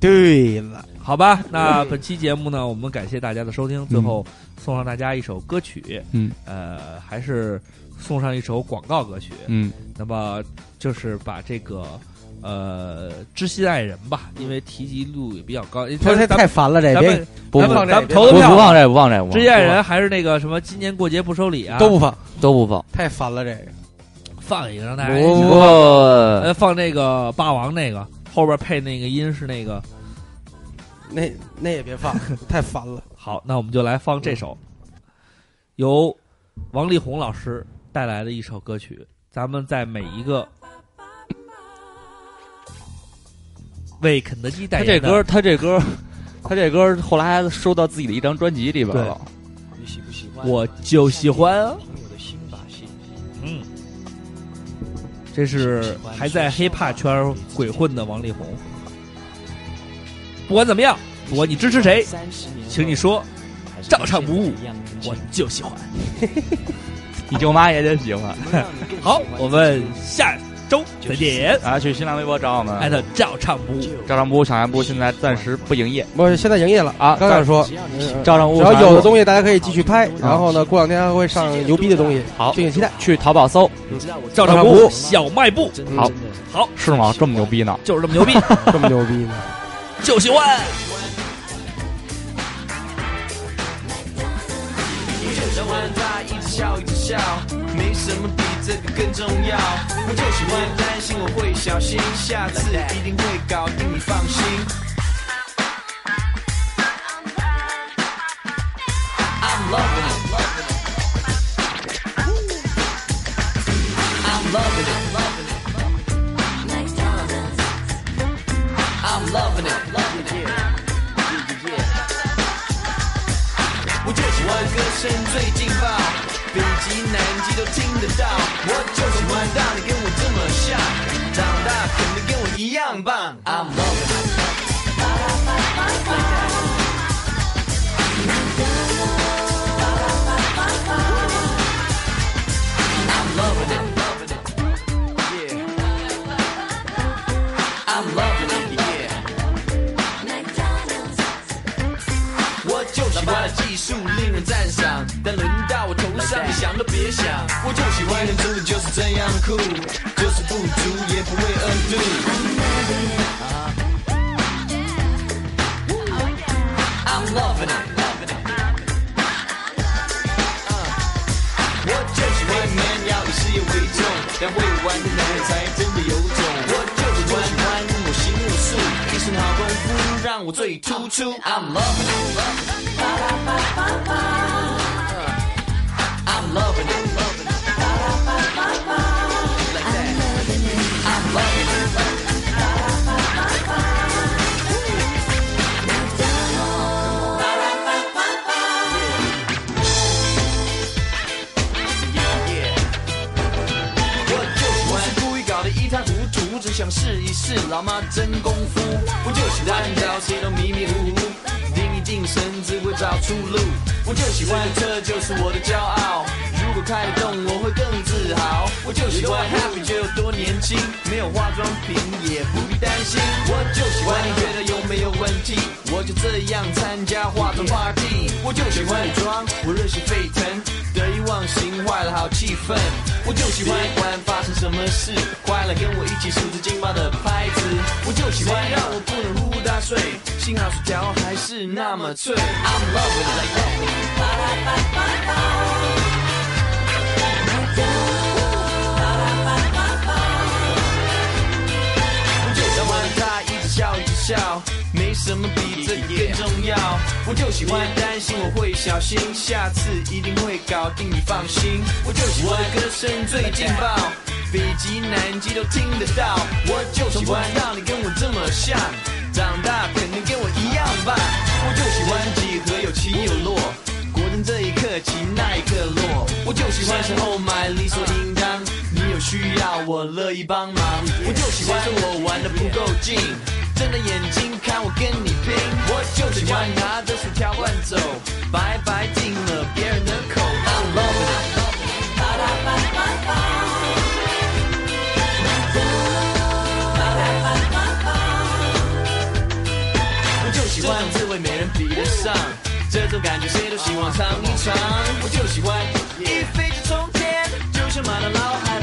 Speaker 4: 对了，
Speaker 3: 好吧，那本期节目呢，我们感谢大家的收听，最后送上大家一首歌曲，
Speaker 1: 嗯，
Speaker 3: 呃，还是送上一首广告歌曲，
Speaker 1: 嗯，
Speaker 3: 那么就是把这个呃《知心爱人》吧，因为提及度也比较高，因
Speaker 4: 说
Speaker 3: 为
Speaker 4: 这
Speaker 3: 咱
Speaker 4: 太
Speaker 3: 们
Speaker 4: 烦了，这
Speaker 3: 咱
Speaker 4: 别
Speaker 3: 们
Speaker 5: 不
Speaker 3: 咱
Speaker 5: 不
Speaker 3: 们
Speaker 4: 不放这
Speaker 3: 咱们
Speaker 4: 别
Speaker 3: 投
Speaker 5: 不
Speaker 3: 的
Speaker 5: 不
Speaker 3: 票，
Speaker 5: 放这不放这不
Speaker 3: 《
Speaker 5: 放
Speaker 3: 知心爱人》还是那个什么今年过节不收礼啊，
Speaker 4: 都不放，
Speaker 5: 都不放，
Speaker 4: 太烦了，这个
Speaker 3: 放一个让大家
Speaker 4: 不
Speaker 5: 哎不
Speaker 3: 呃放那个霸王那个后边配那个音是那个
Speaker 4: 那那也别放， (laughs) 太烦了，
Speaker 3: 好，那我们就来放这首由王力宏老师带来的一首歌曲。咱们在每一个为肯德基代
Speaker 5: 他
Speaker 3: 言
Speaker 5: 这
Speaker 3: 的
Speaker 5: 歌，他这歌，他这歌后来还收到自己的一张专辑里边了。
Speaker 6: 你喜不喜欢
Speaker 3: 我就喜欢。啊
Speaker 6: 听我的新把戏？
Speaker 3: 嗯，这是还在 hiphop 圈鬼混的王力宏。不管怎么样，不管你支持谁，
Speaker 6: 三十年后
Speaker 3: 请你，说
Speaker 6: 还是
Speaker 3: 照唱不
Speaker 6: 跟现
Speaker 3: 误
Speaker 6: 在一样年轻
Speaker 3: 我就喜欢。
Speaker 5: 你舅妈也得喜欢，
Speaker 6: 能让你更喜欢
Speaker 3: 好，
Speaker 6: 自己
Speaker 3: 我们下周再见。
Speaker 5: 大家啊去新浪微博找我们
Speaker 3: 艾特照唱不误。
Speaker 5: 照常不误，小卖部现在暂时不营业
Speaker 4: 不是现在营业了
Speaker 5: 啊
Speaker 4: 刚想说
Speaker 6: 只。要你喜
Speaker 5: 照常不误，
Speaker 4: 然后有的
Speaker 5: 西
Speaker 4: 东西大家可以继续拍，然后呢，过两天还会上牛逼的东西，
Speaker 5: 好
Speaker 4: 敬请期待。
Speaker 5: 去淘宝搜，
Speaker 6: 你知道我
Speaker 3: 照
Speaker 4: 常
Speaker 3: 常
Speaker 4: 不
Speaker 3: 不
Speaker 4: 误
Speaker 3: 误，小卖部
Speaker 6: 真
Speaker 5: 嗯好
Speaker 6: 真的
Speaker 3: 好，
Speaker 5: 是吗？这么牛逼呢？
Speaker 3: 就是这么牛逼，
Speaker 4: 这么牛逼呢？
Speaker 3: 就喜欢。
Speaker 7: 想和他一直笑一直笑，没什么比这个更重要。我就喜欢担心，我会小心，下次一定会搞定，你放心。I'm loving it. I'm loving it. I'm loving it. Loving it. Yeah. Yeah. yeah. 我就喜欢歌声最劲爆，北极南极都听得到。我就喜欢让你跟我这么像，长大肯定跟我一样棒。I'm loving it. I'm loving it. Yeah. I'm loving it. Yeah. 我就喜欢技术令人赞赏，但轮到我头上，你想都别想。我就喜欢人真的就是这样酷，就是不足也不会 undo。I'm loving it. loving it. 我就喜欢 man 要以事业为重，但会玩的男人才真的有种。我就是喜欢我行我素，一身好功夫让我最突出。I'm loving it. I'm loving it. Like that. I'm loving it. Yeah. 我就喜欢故意搞得一塌糊涂，只想试一试老妈真功夫。我就喜欢找谁都迷迷糊糊，定一定神只会找出路。我就喜欢这就是我的骄傲，如果开得动我会更自豪。我就喜欢 happy 就有多年轻，没有化妆品也不必担心。我就喜欢你觉得有没有问题， party，我就这样参加化妆 party，我就喜欢装，我热血沸腾，得意忘形坏了好气氛，我就喜欢管发生什么事，快来跟我一起数着劲爆的拍子，我就喜欢让我不能呼大睡，幸好睡觉还是那么脆，I'm loving it like that。让我的他一直笑一直笑，没什么比这个更重要。我就喜欢担心，我会小心，下次一定会搞定，你放心。我就喜欢我的歌声最劲爆，北极南极都听得到。我就喜欢让你跟我这么像，长大肯定跟我一样吧。我就喜欢几何有起有落。果真这一刻起，那一刻落，我就喜欢身后买理所应当。你有需要，我乐意帮忙。我就喜欢我玩的不够劲，睁着眼睛看我跟你拼。我就喜欢拿着薯条乱走，白白进了别人的口。I'm loving it。我就喜欢滋味没人比得上，这种感觉谁都希望尝一尝。我就喜欢一飞就冲天，就像马到脑海